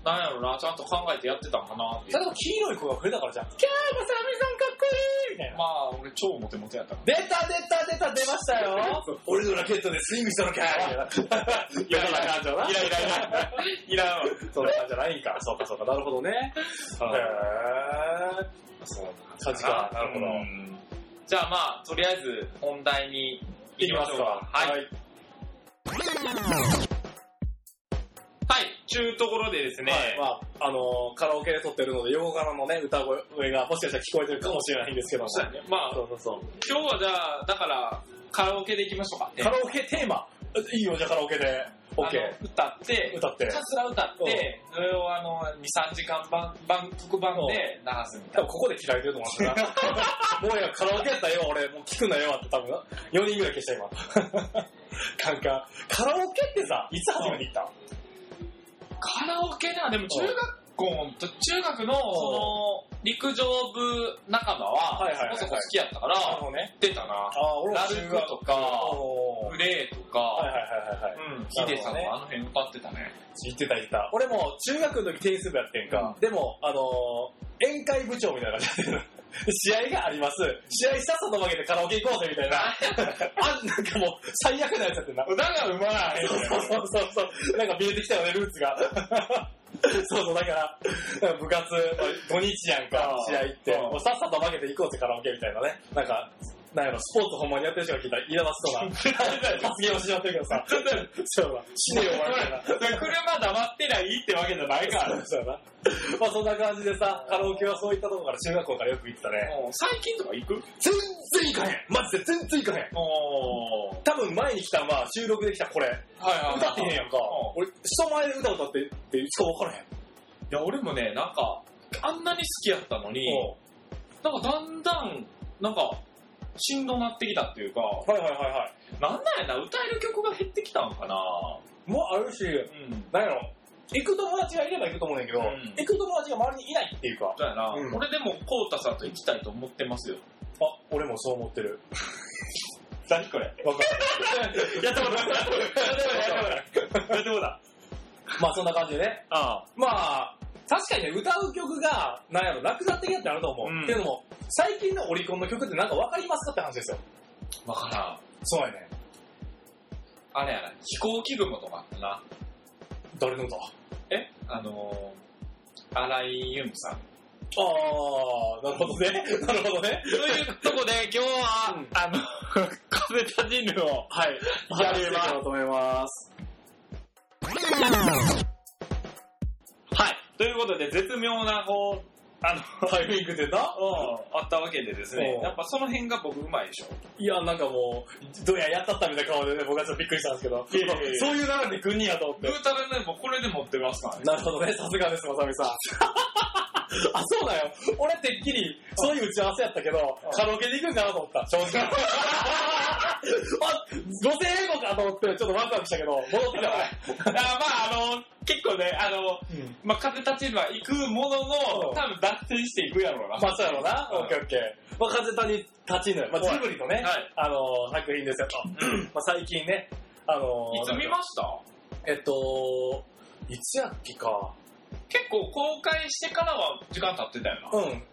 [SPEAKER 2] なんやろな、ちゃんと考えてやってたんかなっていう
[SPEAKER 1] 例えば黄色い子が増えたからじゃん。キャーまさみさんかっこいいみたいな。
[SPEAKER 2] まあ、俺超モテモテやったから。
[SPEAKER 1] 出た出た出た出ましたよ俺のラケットでスイングしたのかいやいや感じだな。
[SPEAKER 2] イライライ
[SPEAKER 1] いらんわ。そんな感じじゃないんか。そうかそうか。なるほどね。へー。
[SPEAKER 2] そう
[SPEAKER 1] 感じか。なるほど。
[SPEAKER 2] じゃあまあ、とりあえず本題に
[SPEAKER 1] いきますか。
[SPEAKER 2] はい。はい。ちゅうところでですね、
[SPEAKER 1] はいまあ、あのーカラオケで撮ってるので、横からのね、歌声がもしかしたら聞こえてるかもしれないんですけども。
[SPEAKER 2] そうやねまあ、
[SPEAKER 1] そうそうそう。
[SPEAKER 2] 今日はじゃあ、だから、カラオケでいきましょうか。
[SPEAKER 1] カラオケテーマ。いいよ、じゃあカラオケで。オッケ
[SPEAKER 2] あの歌って
[SPEAKER 1] ー。、歌って
[SPEAKER 2] ひ。たすら歌って、それをあの、2、3時間版、番、特番で流すみた
[SPEAKER 1] 多
[SPEAKER 2] い
[SPEAKER 1] 分ここで嫌いてると思うん ですよな。もうや、カラオケやったらよ、俺、もう聞くなよって多分、4人ぐらい消した今。 カンカン。カラオケってさ、いつ初めて行った
[SPEAKER 2] な。カラオケでは、でも中学校の、中学の、その、陸上部仲間
[SPEAKER 1] は
[SPEAKER 2] はい
[SPEAKER 1] はいはいは、い
[SPEAKER 2] そこそこ好きやったから、
[SPEAKER 1] のね。
[SPEAKER 2] 出たな。
[SPEAKER 1] ああ、俺
[SPEAKER 2] ラ
[SPEAKER 1] は
[SPEAKER 2] ル
[SPEAKER 1] 中
[SPEAKER 2] ク
[SPEAKER 1] 学
[SPEAKER 2] とか、
[SPEAKER 1] おー
[SPEAKER 2] グレーと
[SPEAKER 1] はい
[SPEAKER 2] か、
[SPEAKER 1] はいはいはいはい。
[SPEAKER 2] うん、ヒデさんとかあの辺歌ってたね。
[SPEAKER 1] 言ってた言ってた。俺も中学の時テニス部やってんか。
[SPEAKER 2] う
[SPEAKER 1] でも、あのー宴会部長みたいな感じで。 試合があります。試合したさと負けてカラオケ行こうぜみたいな。 あ、なんかもう最悪なやつやってんな。
[SPEAKER 2] だからうまない
[SPEAKER 1] そうそうそうそう。なんか見えてきたよね、ルーツが。 そうそう、だから、部活、土日やんか
[SPEAKER 2] あ、ー
[SPEAKER 1] 試合行って、
[SPEAKER 2] うん
[SPEAKER 1] もうさっさと負けて行こうぜカラオケみたいなね。なんか、なんやろ、スポーツほんまにやってる人が聞いたら、イラだしそうな発言をしちゃってるけどさ、そうだ、死ねよ、お前みたいな。
[SPEAKER 2] 車黙ってりゃいいってわけじゃないから。
[SPEAKER 1] そうやな。まあそんな感じでさ、カラオケはそういったとこから中学校からよく行ってたね。
[SPEAKER 2] もう最近とか行く
[SPEAKER 1] 全然行かへんマジで全然行かへん
[SPEAKER 2] おー。
[SPEAKER 1] 多分前に来た、まあ収録できたこれ。
[SPEAKER 2] はいはいはい。
[SPEAKER 1] 歌ってへんやんか
[SPEAKER 2] う。
[SPEAKER 1] 俺、人前で歌歌ってってしか分からへん。
[SPEAKER 2] いや、俺もね、なんか、あんなに好きやったのに、
[SPEAKER 1] お
[SPEAKER 2] なんかだんだん、なんか、しんどなってきたっていうか、
[SPEAKER 1] うはいはいはいはい。
[SPEAKER 2] なんなんやな、歌える曲が減ってきたんかな
[SPEAKER 1] もうあるし、
[SPEAKER 2] うん。
[SPEAKER 1] なんやろ。行く友達がいれば行くと思うねんだけど、
[SPEAKER 2] うん
[SPEAKER 1] 行く友達が周りにいないっていうか、
[SPEAKER 2] だよな、
[SPEAKER 1] うん
[SPEAKER 2] 俺でも、こうたさんと行きたいと思ってます よ。
[SPEAKER 1] あ、俺もそう思って る。
[SPEAKER 2] 何これ
[SPEAKER 1] わかる。
[SPEAKER 2] やったことない。やったことない。やったことない。
[SPEAKER 1] まあそんな感じでね。
[SPEAKER 2] ああ。
[SPEAKER 1] まあ、確かにね、歌う曲が、なんやろ、なくなってきたってあると思う。
[SPEAKER 2] うん
[SPEAKER 1] っていうのも、最近のオリコンの曲ってなんかわかりますかって話ですよ。
[SPEAKER 2] わからん。
[SPEAKER 1] そうやね。
[SPEAKER 2] あれやな、飛行機雲とかあったな。
[SPEAKER 1] 誰の歌あ
[SPEAKER 2] えあのー、荒井由美さん。
[SPEAKER 1] あ、なるほどね。 なるほどね。
[SPEAKER 2] というとこで、今日は、
[SPEAKER 1] うん
[SPEAKER 2] あの、風立ちぬを。
[SPEAKER 1] はい。
[SPEAKER 2] や
[SPEAKER 1] やりまと思います。
[SPEAKER 2] はい。ということで、絶妙な、こう、あの、
[SPEAKER 1] タイミングでな。
[SPEAKER 2] あったわけでですね
[SPEAKER 1] う、ん
[SPEAKER 2] やっぱその辺が僕うまいでしょ。
[SPEAKER 1] いや、なんかもう、どうや、やったったみたいな顔でね、僕はちょっとびっくりしたんですけど、
[SPEAKER 2] いやいやいや
[SPEAKER 1] そういう流れで来んねやと思っ
[SPEAKER 2] ブ
[SPEAKER 1] て。
[SPEAKER 2] ータラでもこれで持ってますからね。
[SPEAKER 1] なるほどね、さすがです、ま さみさん。あ、そうだよ。俺てっきり、そういう打ち合わせやったけど
[SPEAKER 2] うん、
[SPEAKER 1] カラオケで行くんだなと思った、正直。あ、5000円後かと思って、ちょっとワクワクしたけど、戻ってきたわ。
[SPEAKER 2] あまあ、あの、結構ね、あの、まあ、風立ちぬは行くものの
[SPEAKER 1] う、ん
[SPEAKER 2] 多分脱線していくやろうな。
[SPEAKER 1] まあ、そうやろうな。
[SPEAKER 2] うん
[SPEAKER 1] オッケーオッケー。まあ、風谷立ちぬ、まあ、ジブリのね、
[SPEAKER 2] はい
[SPEAKER 1] あのー、作品ですよ。まあ、最近ね、あのー、
[SPEAKER 2] いつ見ました
[SPEAKER 1] えっと、いつやっけか。
[SPEAKER 2] 結構公開してからは時間経ってたよな。
[SPEAKER 1] うん。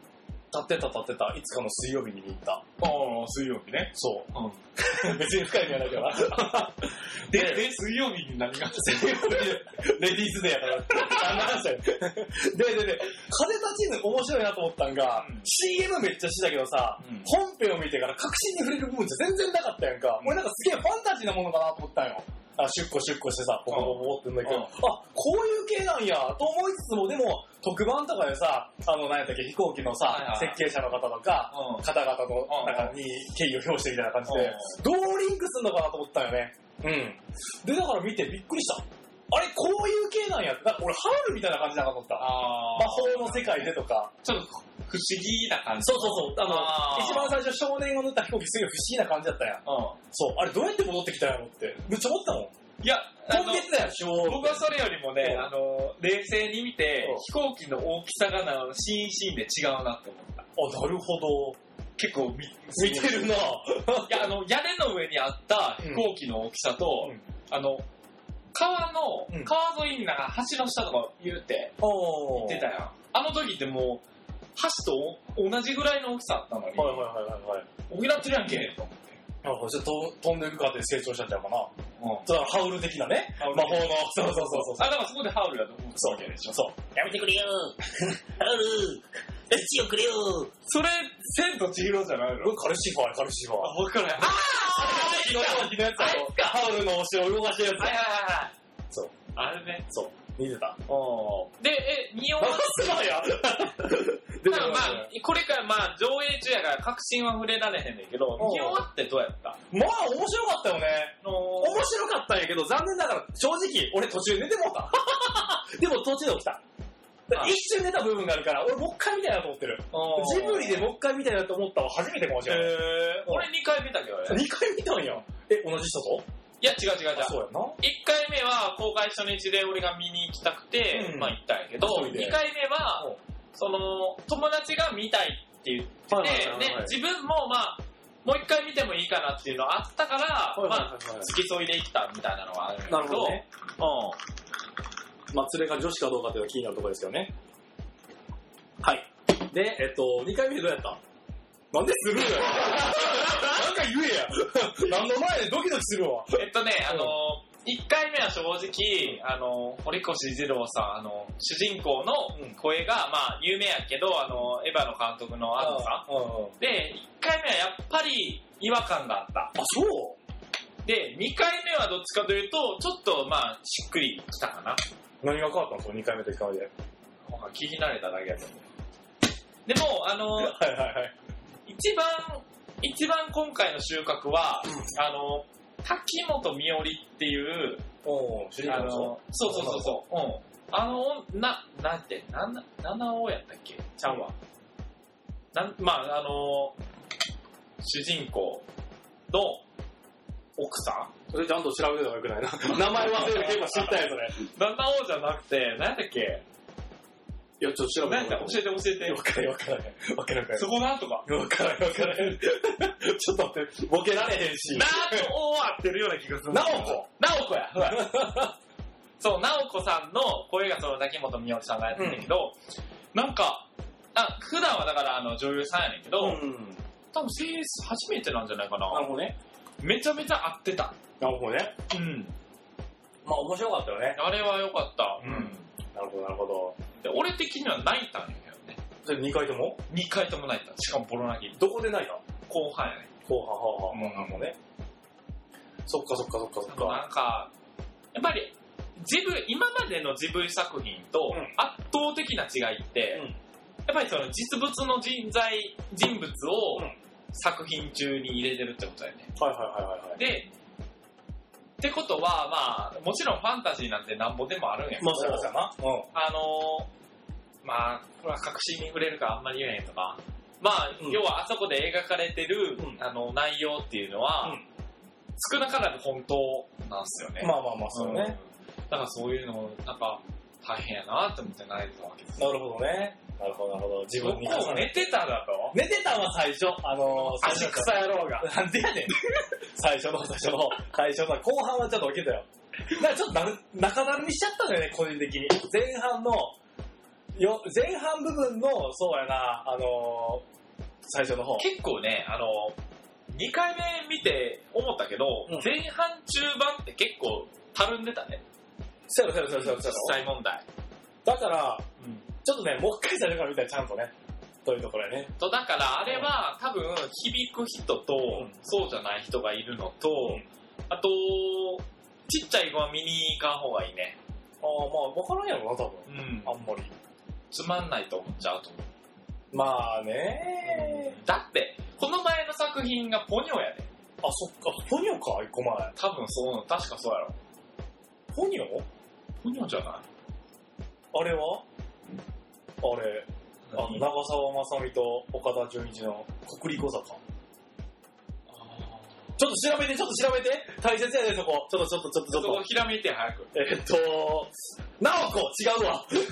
[SPEAKER 1] 立ってた立ってた。いつかの水曜日に見に行った。
[SPEAKER 2] ああ、水曜日ね。
[SPEAKER 1] そうう。 別に深い意味はないけど な。
[SPEAKER 2] ん。で、で、水曜日に何が
[SPEAKER 1] レディースデーやから。あんな話だ よ。で、で、で、風立ちぬ面白いなと思ったんが、
[SPEAKER 2] うん
[SPEAKER 1] CM めっちゃしてたけどさ、
[SPEAKER 2] うん
[SPEAKER 1] 本編を見てから確信に触れる部分じゃ全然なかったやんか。俺なんかすげえファンタジーなものかなと思ったんよ。あ、出庫出庫してさ、ボコボコボコってんだけど、
[SPEAKER 2] うん
[SPEAKER 1] あ、こういう系なんや、と思いつつも、でも、特番とかでさ、あの、何やったっけ、飛行機のさ、
[SPEAKER 2] はいはいはい
[SPEAKER 1] 設計者の方とか、
[SPEAKER 2] う
[SPEAKER 1] 方々の中に敬意を表してみたいな感じで、どうリンクするのかなと思ったよね。うん。で、だから見てびっくりした。あれ、こういう系なんやって、なんか俺、ハウルみたいな感じだなと思った。
[SPEAKER 2] ああ。
[SPEAKER 1] 魔法の世界でとか。
[SPEAKER 2] ちょっと不思議な感じ。
[SPEAKER 1] そうそうそう。あ
[SPEAKER 2] あ
[SPEAKER 1] の、
[SPEAKER 2] ー
[SPEAKER 1] 一番最初少年を塗った飛行機すげえ不思議な感じだったやん。そう。あれ、どうやって戻ってきたんやろって。めっちゃ思ったもん。
[SPEAKER 2] うん。いや、あの
[SPEAKER 1] 今月だよ、昭和。
[SPEAKER 2] 僕はそれよりもね、
[SPEAKER 1] うん
[SPEAKER 2] あの、冷静に見て
[SPEAKER 1] うん、
[SPEAKER 2] 飛行機の大きさがな、シーンシーンで違うなって思った。
[SPEAKER 1] あ、なるほど。
[SPEAKER 2] 結構見、
[SPEAKER 1] 見てるな
[SPEAKER 2] いや、あの、屋根の上にあった飛行機の大きさと、
[SPEAKER 1] うん
[SPEAKER 2] あの、川の、
[SPEAKER 1] うん
[SPEAKER 2] 川沿いになんか橋の下とか言うて、
[SPEAKER 1] お
[SPEAKER 2] 言
[SPEAKER 1] ー
[SPEAKER 2] ってたやん。あの時ってもう、橋とお同じぐらいの大きさあったのに、
[SPEAKER 1] はいはいはいはいはい。
[SPEAKER 2] 補ってるやんけ、と思って。
[SPEAKER 1] なんか、ちょっと飛んでいく過程で成長しちゃったのかな。
[SPEAKER 2] うん
[SPEAKER 1] そうだからハウル的なね。
[SPEAKER 2] ハウル
[SPEAKER 1] 魔法の。そうそうそうそう。
[SPEAKER 2] あ、だからそこでハウルだと思う。
[SPEAKER 1] そう
[SPEAKER 2] でしょ。
[SPEAKER 1] そう。
[SPEAKER 3] やめてくれよハウルうちをくれよ
[SPEAKER 2] それ、千と千尋じゃないの
[SPEAKER 1] カルシファーや、カルシファー。
[SPEAKER 2] あ、分からない。あ
[SPEAKER 1] 火の容器のやつやろハウルのお城を動かしてるやつ
[SPEAKER 2] はいはいはいはい。
[SPEAKER 1] そう。
[SPEAKER 2] あれね。
[SPEAKER 1] そう。見てた。
[SPEAKER 2] で、え、見終わ
[SPEAKER 1] あ
[SPEAKER 2] っ
[SPEAKER 1] すごいや。で
[SPEAKER 2] まあまあ、これからまあ上映中やから確信は触れられへんねんけど、
[SPEAKER 1] ん
[SPEAKER 2] 見終わってどうやった
[SPEAKER 1] まあ面白かったよね。
[SPEAKER 2] の
[SPEAKER 1] 面白かったんやけど、残念ながら、正直、俺途中寝てもうた。 でも途中で起きた。
[SPEAKER 2] はい
[SPEAKER 1] 一瞬寝た部分があるから、俺もう一回見たいなと思ってる。ジブリでもう一回見たいなと思ったのは初めてかもしれない。
[SPEAKER 2] えー、俺2回見たけどね。
[SPEAKER 1] 二回見たんや。え、同じ人と
[SPEAKER 2] いや、違う違う違う。
[SPEAKER 1] うやな。
[SPEAKER 2] 1回目は公開初日で俺が見に行きたくて、
[SPEAKER 1] うん
[SPEAKER 2] まあ行ったんやけど、
[SPEAKER 1] 一人で
[SPEAKER 2] 2回目
[SPEAKER 1] う
[SPEAKER 2] は
[SPEAKER 1] ん、
[SPEAKER 2] その、友達が見たいって言ってて、
[SPEAKER 1] はいはいはいはい
[SPEAKER 2] で、自分もまあ、もう1回見てもいいかなっていうのあったから、まあ、付き添いできたみたいなのはあるんやけど、
[SPEAKER 1] なるほどね。
[SPEAKER 2] うん。
[SPEAKER 1] まあ、連れが女子かどうかというのが気になるところですよね。はい。で、えっと、2回目でどうやったなんでスルーやなんか言え や。何の前でドキドキするわ。
[SPEAKER 2] えっとね、あの、1回目は正直、あの、堀越二郎さん、あの、主人公の
[SPEAKER 1] うん
[SPEAKER 2] 声が、まあ、有名やけど、あの、エヴァの監督のアドさ
[SPEAKER 1] うんうん。
[SPEAKER 2] ん。で、1回目はやっぱり違和感があった。
[SPEAKER 1] あ、そう
[SPEAKER 2] で、2回目はどっちかというと、ちょっと、まあ、しっくりきたかな。
[SPEAKER 1] 何が変わったんですか ?2 回目と1回目で。は
[SPEAKER 2] なんか聞き慣れただけやと思う。でも、あの、
[SPEAKER 1] いはいはい。
[SPEAKER 2] 一番、一番今回の収穫は、あの、滝本美織っていう、
[SPEAKER 1] お主人
[SPEAKER 2] あ
[SPEAKER 1] 公
[SPEAKER 2] の、
[SPEAKER 1] の
[SPEAKER 2] そうそ
[SPEAKER 1] 人
[SPEAKER 2] うそうそう。うん。あの、な、なんて、なな、七尾やったっけちゃうわ。なん、まあ、あの、主人公の奥さん
[SPEAKER 1] それちゃんと調べてた方がよくないな。 名前忘れる結構知ったやつ ね。
[SPEAKER 2] 七尾じゃなくて、何やったっけ
[SPEAKER 1] いや、ちょっと調べ
[SPEAKER 2] 何やった
[SPEAKER 1] て。
[SPEAKER 2] 教えて教えて。
[SPEAKER 1] わからんわからん。わからんわから
[SPEAKER 2] そこなんと か。
[SPEAKER 1] ん。わからんわからん。 ちょっと待って、ボケられへんし。
[SPEAKER 2] なお合ってるような気がする。
[SPEAKER 1] なおこ
[SPEAKER 2] なおこや。そう、なおこさんの声がその滝本美織さんがやってるんだけど、なんか、あ、普段はだからあの女優さんやねんけど、
[SPEAKER 1] ん。
[SPEAKER 2] 多分 CS 初めてなんじゃないかな。
[SPEAKER 1] なるほどね。
[SPEAKER 2] めちゃめちゃ合ってた。
[SPEAKER 1] なるほどね。
[SPEAKER 2] うん。
[SPEAKER 1] まあ面白かったよね。
[SPEAKER 2] あれは良かった。
[SPEAKER 1] うんなるほど、なるほど。
[SPEAKER 2] で俺的には泣いたんやけどね。
[SPEAKER 1] それ2回とも
[SPEAKER 2] 2回とも泣いた。しかもボロ泣き。
[SPEAKER 1] どこで泣いた
[SPEAKER 2] 後半やね。
[SPEAKER 1] 後半、後半、
[SPEAKER 2] うん
[SPEAKER 1] 後半もね。そっかそっかそっかそっ
[SPEAKER 2] あと
[SPEAKER 1] か。
[SPEAKER 2] なんか、やっぱり、ジブ今までのジブリ作品と
[SPEAKER 1] うん
[SPEAKER 2] 圧倒的な違いって、
[SPEAKER 1] うん
[SPEAKER 2] やっぱりその実物の人材、人物を
[SPEAKER 1] うん
[SPEAKER 2] 作品中に入れてるってことだよね。
[SPEAKER 1] はいはいはいはいはい。
[SPEAKER 2] で、ってことは、まあ、もちろんファンタジーなんてなんぼでもあるんやけど、
[SPEAKER 1] まあそうやな。う
[SPEAKER 2] あのーまあ、これは確信に触れるからあんまり言えへんとか、まあ、
[SPEAKER 1] うん
[SPEAKER 2] 要はあそこで描かれてる、
[SPEAKER 1] うん
[SPEAKER 2] あの内容っていうのは、
[SPEAKER 1] うん
[SPEAKER 2] 少なからず本当なんですよね。
[SPEAKER 1] ん。まあまあまあ、
[SPEAKER 2] そ
[SPEAKER 1] そうう
[SPEAKER 2] ね
[SPEAKER 1] ね。。
[SPEAKER 2] だからそういうのも、なんか、大変やなって思って泣いてたわけです。
[SPEAKER 1] なるほどね。なるほど、なるほど。自分に
[SPEAKER 2] そこを
[SPEAKER 1] 重ね
[SPEAKER 2] 寝てただと
[SPEAKER 1] 寝てたんは最初。あのー、
[SPEAKER 2] 足
[SPEAKER 1] 最初
[SPEAKER 2] 草野郎が。
[SPEAKER 1] なんでやねん。最初の、最初の、最初の、後半はちょっと受けたよ。だからちょっとなる中だるみしちゃったんだよね、個人的に。前半の、よ前半部分の、そうやな、あのー最初の方。
[SPEAKER 2] 結構ね、あの、2回目見て思ったけど、
[SPEAKER 1] うん
[SPEAKER 2] 前半中盤って結構たるんでたね。
[SPEAKER 1] そうやろ、そうやろ、そうやろ、そう
[SPEAKER 2] 実
[SPEAKER 1] や
[SPEAKER 2] 際問題。
[SPEAKER 1] ろ。だから、ちょっとね、もう一回最初から見たらちゃんとね、というところやね。
[SPEAKER 2] と、だからあれは多分響く人と、
[SPEAKER 1] うん
[SPEAKER 2] そうじゃない人がいるのと、
[SPEAKER 1] うん
[SPEAKER 2] あと、ちっちゃい子は見に行かん方がいいね。
[SPEAKER 1] ああ、まあ、わからんやろな、多
[SPEAKER 2] う
[SPEAKER 1] 分。
[SPEAKER 2] ん
[SPEAKER 1] あんまり。
[SPEAKER 2] つまんないと思っちゃうと思う。
[SPEAKER 1] まあね
[SPEAKER 2] だって、この前の作品がポニョやで。
[SPEAKER 1] あ、そっか、ポニョか、一個前。
[SPEAKER 2] 多分そうなの、確かそうやろ。
[SPEAKER 1] ポニョ
[SPEAKER 2] ポニョじゃない
[SPEAKER 1] あれはあれ。あの、
[SPEAKER 2] あ
[SPEAKER 1] 長澤まさみと岡田准一の国立小坂。ちょっと調べて、ちょっと調べて。大切やで、そこ。ちょっと、ちょっと、ちょっと、ち
[SPEAKER 2] そ
[SPEAKER 1] ょっ。
[SPEAKER 2] ことひらめいて早く。
[SPEAKER 1] えーっと、なおこ違うわ。 違うや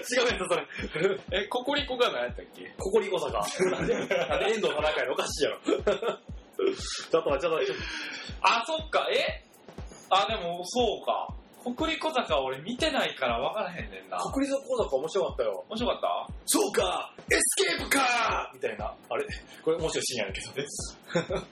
[SPEAKER 1] つ、それ。
[SPEAKER 2] え、ココリコが何やったっけ
[SPEAKER 1] ココリコ坂。なんで、なんで遠藤田中やろおかしいやろ。ちょっと待って、ちょっと待って、
[SPEAKER 2] あ、そっか、えあ、でもそうか。ココリコ坂は俺見てないから分からへんねんな。
[SPEAKER 1] 国立小坂面白かったよ。
[SPEAKER 2] 面白かった
[SPEAKER 1] そうかエスケープかみたいな。あれこれ面白いシーンやねんけど。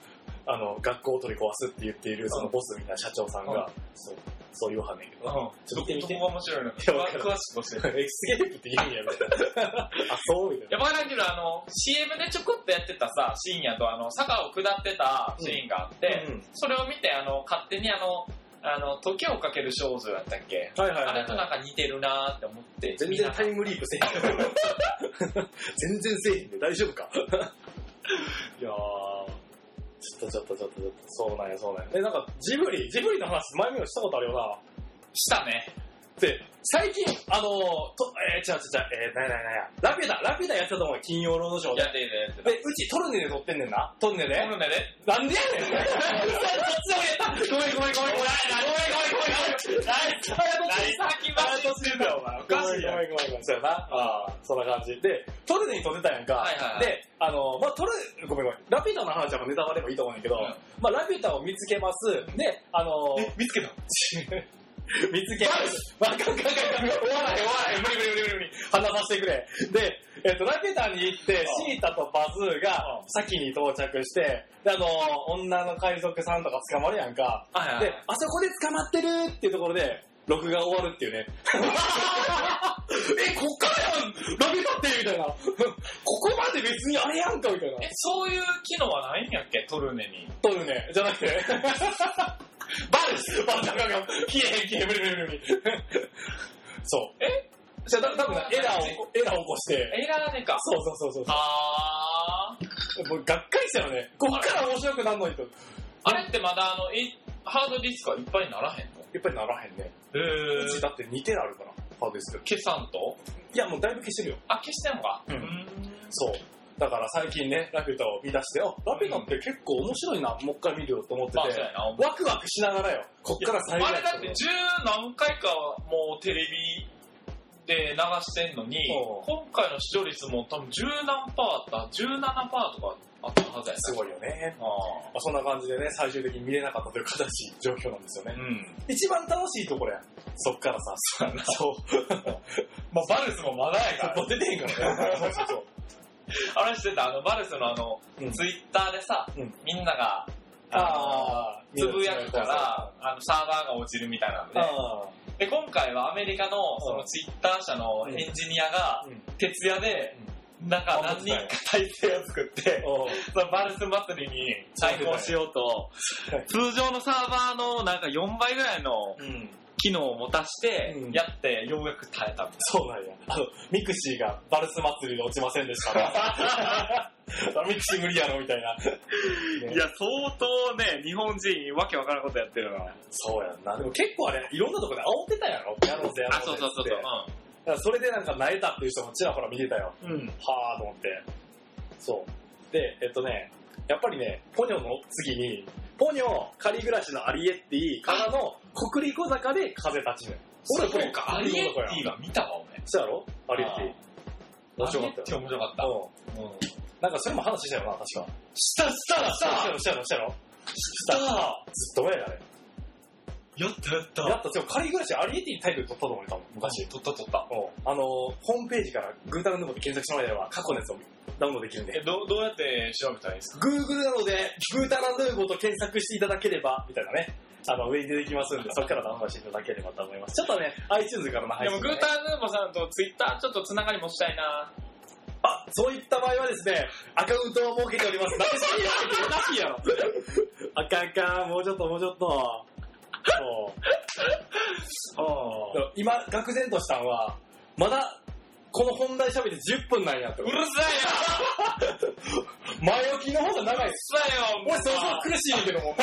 [SPEAKER 1] あの、学校を取り壊すって言っている、そのボスみたいな社長さん
[SPEAKER 2] う
[SPEAKER 1] が、そう、そう言わはんねんけど。
[SPEAKER 2] うん。
[SPEAKER 1] ちょっと見てみて
[SPEAKER 2] どこが面白いの
[SPEAKER 1] いやわかる
[SPEAKER 2] 詳しく教えて。
[SPEAKER 1] エスケープって言うん や、みたいな。あ、そうみたい
[SPEAKER 2] いや、
[SPEAKER 1] な。
[SPEAKER 2] 分からんけど、あの、CM でちょこっとやってたさ、シーンやと、あの、坂を下ってたシーンがあって、
[SPEAKER 1] うん
[SPEAKER 2] それを見て、あの、勝手にあの、あの、時をかける少女だったっけ
[SPEAKER 1] はいはい
[SPEAKER 2] あ
[SPEAKER 1] はい
[SPEAKER 2] れとなんか似てるなーって思って。
[SPEAKER 1] 全然タイムリープせえへん。全然せえへんで大丈夫かいやー。ちょっとちょっとちょっとちょっと、そうなんやそうなんや。え、なんかジブリ、ジブリの話前にもしたことあるよな。
[SPEAKER 2] したね。
[SPEAKER 1] で、最近、あのー、と、えー、違う違う違う、えー、なんやなんやなんや。ラピュタ、ラピュタやってたと思うよ金曜ロードショーで
[SPEAKER 2] や。ってるやって
[SPEAKER 1] で、
[SPEAKER 2] る。
[SPEAKER 1] うちトルネで撮ってんねんな。トルネで。
[SPEAKER 2] コロナで
[SPEAKER 1] なんでやねん
[SPEAKER 2] 先走
[SPEAKER 1] ごめんごめんごめんごめん。ごめんごめんごめんごめんごめん。
[SPEAKER 2] ってんだよ、お前。お
[SPEAKER 1] ごめん
[SPEAKER 2] かしい
[SPEAKER 1] ご
[SPEAKER 2] よ。
[SPEAKER 1] めんごめんごめん。そうやな。ああ、そんな感じ。で、トルネに撮ってたやんか。
[SPEAKER 2] はいはいはい
[SPEAKER 1] で、あの、まあ、トル、ごめんごめん。ラピュタの話はネタバレもいいと思うんだけど、
[SPEAKER 2] うん
[SPEAKER 1] まあ、ラピュタを見つけます。で、あのー、
[SPEAKER 2] 見つけた。
[SPEAKER 1] 見つけます。わかんかんかんかん。終わらへん終わらへん。無理無理無理無理無理。話させてくれ。で、えっ、と、ラピュタに行って、シータとバズーが先に到着して、で、あのー、女の海賊さんとか捕まるやんか。
[SPEAKER 2] はいはい
[SPEAKER 1] で、あそこで捕まってるっていうところで、録画終わるっていうね。え、こっからやんラピュタってみたいな。ここまで別にあれやんかみたいな。
[SPEAKER 2] え、そういう機能はないんやっけトルネに。
[SPEAKER 1] 撮るね。じゃなくて。バルスバルスあかんあかん消えへん消えへん。無理無理無理無理。そう。
[SPEAKER 2] え
[SPEAKER 1] じゃあ、たぶんエラーを、エラーを起こして。
[SPEAKER 2] エラーでか。
[SPEAKER 1] そうそうそうそう
[SPEAKER 2] あー。
[SPEAKER 1] もうがっかりしたよね。こっから面白くなんのにと。
[SPEAKER 2] あれってまだあの、えハードディスクはいっぱいにならへんの
[SPEAKER 1] やっぱりならへんね。
[SPEAKER 2] へ
[SPEAKER 1] うちだって2テラあるから、ハードディスク。
[SPEAKER 2] 消さんと
[SPEAKER 1] いや、もうだいぶ消してるよ。
[SPEAKER 2] あ、消してんのか。
[SPEAKER 1] うん
[SPEAKER 2] ー
[SPEAKER 1] そう。だから最近ね、ラピュタを見出して、あ、ラピュタって結構面白いな、もう一回見るよと思って
[SPEAKER 2] まあ、そう
[SPEAKER 1] て、
[SPEAKER 2] やな。
[SPEAKER 1] ワクワクしながらよ、こっから最後
[SPEAKER 2] あれだって十何回かはもうテレビで流してんのに
[SPEAKER 1] うん、
[SPEAKER 2] 今回の視聴率も多分十何パーだった、17パーとかあったはずや
[SPEAKER 1] すごいよね。
[SPEAKER 2] な。あ
[SPEAKER 1] まあ、そんな感じでね、最終的に見れなかったという悲しい状況なんですよ
[SPEAKER 2] あ。う
[SPEAKER 1] ね。
[SPEAKER 2] ん。
[SPEAKER 1] 一番楽しいところやん。そっからさ。そう。
[SPEAKER 2] まあ、バルス もまだやから
[SPEAKER 1] もう出てへんからね。そうそう
[SPEAKER 2] あれしてた、あの、バルスのあの、
[SPEAKER 1] うん
[SPEAKER 2] ツイッターでさ、
[SPEAKER 1] うん
[SPEAKER 2] みんなが、あ
[SPEAKER 1] あ
[SPEAKER 2] の、つぶやくから、あの、サーバーが落ちるみたいなので、
[SPEAKER 1] あ
[SPEAKER 2] で、今回はアメリカの、その
[SPEAKER 1] うん
[SPEAKER 2] ツイッター社のエンジニアが
[SPEAKER 1] あ、うん。
[SPEAKER 2] 徹夜で、なんか何人か体制を作って、そのバルス祭りに対抗しようと、通常のサーバーのなんか4倍ぐらいの
[SPEAKER 1] うん。
[SPEAKER 2] 機能を持たして
[SPEAKER 1] うん、
[SPEAKER 2] やって、ようやく耐えたみ
[SPEAKER 1] そうなんや。あの、ミクシーがバルス祭りで落ちませんでした から。あミクシー無理やろみたいな。
[SPEAKER 2] た
[SPEAKER 1] ね
[SPEAKER 2] いや、相当ね、日本人、わけわからんことやってるな。
[SPEAKER 1] そうやんな。でも結構あれ、いろんなとこで煽ってたやろ。やろうぜ、やろう
[SPEAKER 2] あ、
[SPEAKER 1] ぜ。
[SPEAKER 2] そうそうそう
[SPEAKER 1] ってだからそれでなんか慣れたっていう人もちらほら見てたよ。
[SPEAKER 2] そう。うん。
[SPEAKER 1] はぁと思って。そう。で、えっとね、やっぱりね、ポニョの次に、ポニョ、仮暮らしのアリエッティからの、国立小坂で風立ちぬ。
[SPEAKER 2] 俺、
[SPEAKER 1] これ
[SPEAKER 2] そうか、アリエッティは見たわ、お前。
[SPEAKER 1] そうやろアリエッティ。面白
[SPEAKER 2] アリ
[SPEAKER 1] か
[SPEAKER 2] エッ
[SPEAKER 1] った
[SPEAKER 2] ティ
[SPEAKER 1] よ。
[SPEAKER 2] 面白かった。
[SPEAKER 1] うん。なんかそれも話したよな、確か。
[SPEAKER 2] したしたら
[SPEAKER 1] した
[SPEAKER 2] した
[SPEAKER 1] やろ、したやろ、したやろ。
[SPEAKER 2] した
[SPEAKER 1] ずっと前やね。
[SPEAKER 2] やったやった
[SPEAKER 1] やっと、でも仮暮らしアリエッティにタイトル取ったと思うよ、多分昔。
[SPEAKER 2] 昔、撮った撮った。
[SPEAKER 1] うんあの、ホームページからグータラヌーボで検索してもらえれば、過去のやつをダウンロードできるんで。
[SPEAKER 2] え、どう、どうやって調べたらいいですか
[SPEAKER 1] Google なので、グータラヌーボーと検索していただければ、みたいなね。あの、上に出てきますんで、そこからダウンロードしていただければと思います。ちょっとね、iTunes からの配
[SPEAKER 2] で
[SPEAKER 1] 信、
[SPEAKER 2] も、
[SPEAKER 1] ね。
[SPEAKER 2] グーターヌーボさんとツイッターちょっとつながりもしたいな。
[SPEAKER 1] あ、そういった場合はですね、アカウントを設けております。楽しいやろ、楽しいやろ。あかんあかん、もうちょっと、もうちょっと。そう
[SPEAKER 2] あ
[SPEAKER 1] でも今、愕然としたんは、まだ、この本題喋って10分なんやって
[SPEAKER 2] う。るさいよ
[SPEAKER 1] 前置きの方が長いっす。
[SPEAKER 2] さよ
[SPEAKER 1] 俺、そうそう苦しいねんけども。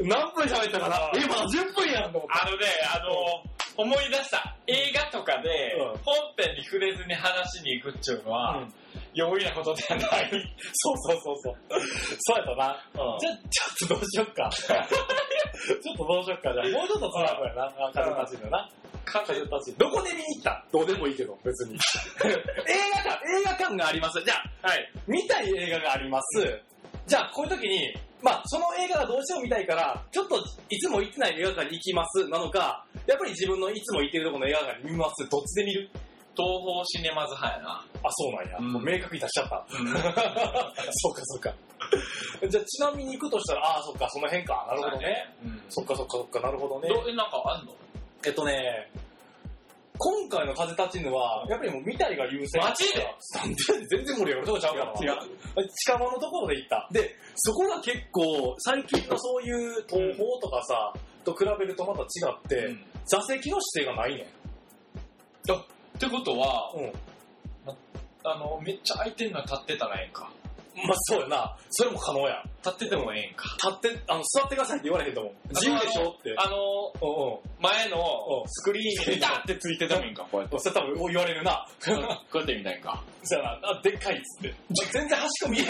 [SPEAKER 1] 何分喋ったかなえ、まだ10分やんと思って。
[SPEAKER 2] あのね、あの、思い出した。映画とかで
[SPEAKER 1] うん、
[SPEAKER 2] 本編に触れずに話しに行くっちゅうの
[SPEAKER 1] う
[SPEAKER 2] は
[SPEAKER 1] ん、
[SPEAKER 2] 容易なことではない。
[SPEAKER 1] そうそうそうそう。そうやったな。じゃ、ちょっとどうしよっか。 ちょっとどうしよっか。じゃあ、もうちょっとつながやな。あ風立ちぬな。
[SPEAKER 2] 風
[SPEAKER 1] 風立ちぬ。どこで見に行ったどうでもいいけど、別に。 映画館、映画館があります。じゃあ、
[SPEAKER 2] はい。
[SPEAKER 1] 見たい映画があります。じゃあ、こういう時に、まあ、その映画がどうしても見たいから、ちょっといつも行ってない映画館に行きます。なのか、やっぱり自分のいつも行ってるところの映画館に見ます。どっちで見る
[SPEAKER 2] 東方シネマズ派やな。
[SPEAKER 1] あ、そうなんや。
[SPEAKER 2] うん
[SPEAKER 1] もう明確に出しちゃった。 そうか、そうか。 じゃあ、ちなみに行くとしたら、ああ、そっか、その辺か。なるほどね。
[SPEAKER 2] うん。
[SPEAKER 1] そっかそっかそっか、なるほどね。
[SPEAKER 2] どうえ、なんかあんの
[SPEAKER 1] えっとね、今回の風立ちぬは、やっぱりもう見たりが優先。
[SPEAKER 2] マジで
[SPEAKER 1] なんで全然盛り上がるとこちゃうからな。近場のところで行った。で、そこが結構、最近のそういう東宝とかさ、と比べるとまた違って、
[SPEAKER 2] うん
[SPEAKER 1] 座席の指定がないねん。
[SPEAKER 2] ってことは、
[SPEAKER 1] うん
[SPEAKER 2] あの、めっちゃ空いてんのに立ってたらええんか。
[SPEAKER 1] まあそうやな。それも可能や。
[SPEAKER 2] 立っててもええんか。
[SPEAKER 1] 立って、あの、座ってくださいって言われへんと思う。自由でしょって。
[SPEAKER 2] あの、
[SPEAKER 1] うんうん。
[SPEAKER 2] 前の
[SPEAKER 1] うん
[SPEAKER 2] スクリーンにピタってついててもいいんか、こうやって。
[SPEAKER 1] それ多分言われるな。
[SPEAKER 2] こうやってみたいんか。
[SPEAKER 1] そうやな。あ、でっかいっつって。全然端っこ見えへん。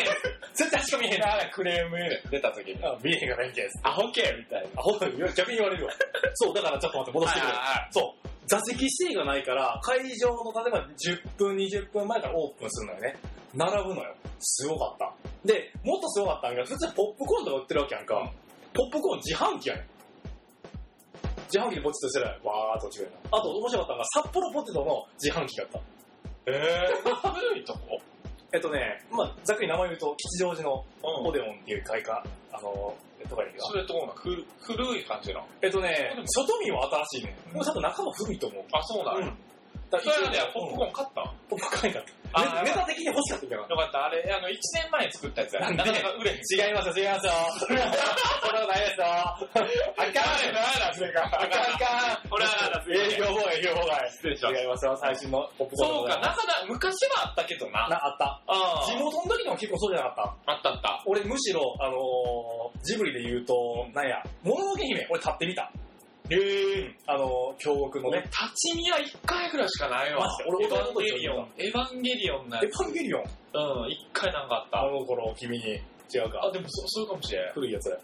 [SPEAKER 1] 全然端っこ見えへん。
[SPEAKER 2] クレーム出た時に、
[SPEAKER 1] あ見えへんからいいんけん。
[SPEAKER 2] アホけみたいな。
[SPEAKER 1] あ、本当に逆に言われるわ。 そう、だからちょっと待って、戻してくれ。そう。座席指定がないから、会場の例えば10分、20分前からオープンするのよね。並ぶのよ。すごかった。で、もっとすごかったんが、普通ポップコーンとか売ってるわけやんか。
[SPEAKER 2] うん
[SPEAKER 1] ポップコーン自販機やねん。自販機でポチッとしてない。わーっと落ちてくれるなあと面白かったのが、札幌ポテトの自販機があった。
[SPEAKER 2] えぇ、古いとこ
[SPEAKER 1] えっとね、まあざっくり名前言うと、吉祥寺の
[SPEAKER 2] う
[SPEAKER 1] オ
[SPEAKER 2] ん。
[SPEAKER 1] デオンっていう会館、あの、とかに
[SPEAKER 2] それともな、古古い感じなの。
[SPEAKER 1] えっとね
[SPEAKER 2] でも、
[SPEAKER 1] 外見は新しいね。でも多分中も古いと思う。
[SPEAKER 2] あ、そうな
[SPEAKER 1] うんん
[SPEAKER 2] だ。。それはね、ポップコーン買ったの
[SPEAKER 1] ポップコーン買っ
[SPEAKER 2] あー
[SPEAKER 1] た。ネネタ的に欲しかったんだよ
[SPEAKER 2] よかった、あれ、あの、1年前に作ったやつや。
[SPEAKER 1] なんで
[SPEAKER 2] なかなか売れへん。
[SPEAKER 1] 違いますよ、違いますよ。そんなことないですよ。あかん
[SPEAKER 2] あれ、なんだ、それが。
[SPEAKER 1] あかんあかん。
[SPEAKER 2] 俺はなんだ
[SPEAKER 1] 営業妨害、営業妨害。
[SPEAKER 2] 失礼しました
[SPEAKER 1] 違いますよ、最新のポップコーンで
[SPEAKER 2] そ
[SPEAKER 1] ご
[SPEAKER 2] う
[SPEAKER 1] ざ
[SPEAKER 2] か、
[SPEAKER 1] い
[SPEAKER 2] な
[SPEAKER 1] ま
[SPEAKER 2] か
[SPEAKER 1] す。
[SPEAKER 2] なか、昔はあったけどな。
[SPEAKER 1] な、あった。
[SPEAKER 2] あ
[SPEAKER 1] 地元の時でも結構そうじゃなかった。
[SPEAKER 2] あったあった。
[SPEAKER 1] 俺むしろ、あのー、ジブリで言うと、なんや、もののけ姫、俺立ってみた。
[SPEAKER 2] へぇ
[SPEAKER 1] あのー、京極の
[SPEAKER 2] 俺、
[SPEAKER 1] ね。
[SPEAKER 2] 立ち見は1回ぐらいしかないわ
[SPEAKER 1] マジで。俺
[SPEAKER 2] エヴァンゲリオ
[SPEAKER 1] 弟
[SPEAKER 2] ン。エヴァンゲリオンな
[SPEAKER 1] エ
[SPEAKER 2] や
[SPEAKER 1] ヴァンゲリオン。
[SPEAKER 2] つ。うん、1回なんか
[SPEAKER 1] あ
[SPEAKER 2] あっ
[SPEAKER 1] の頃、君に。違う
[SPEAKER 2] た。あ、
[SPEAKER 1] か。
[SPEAKER 2] でもそ、そうかもしれん。
[SPEAKER 1] 古いやつだよ。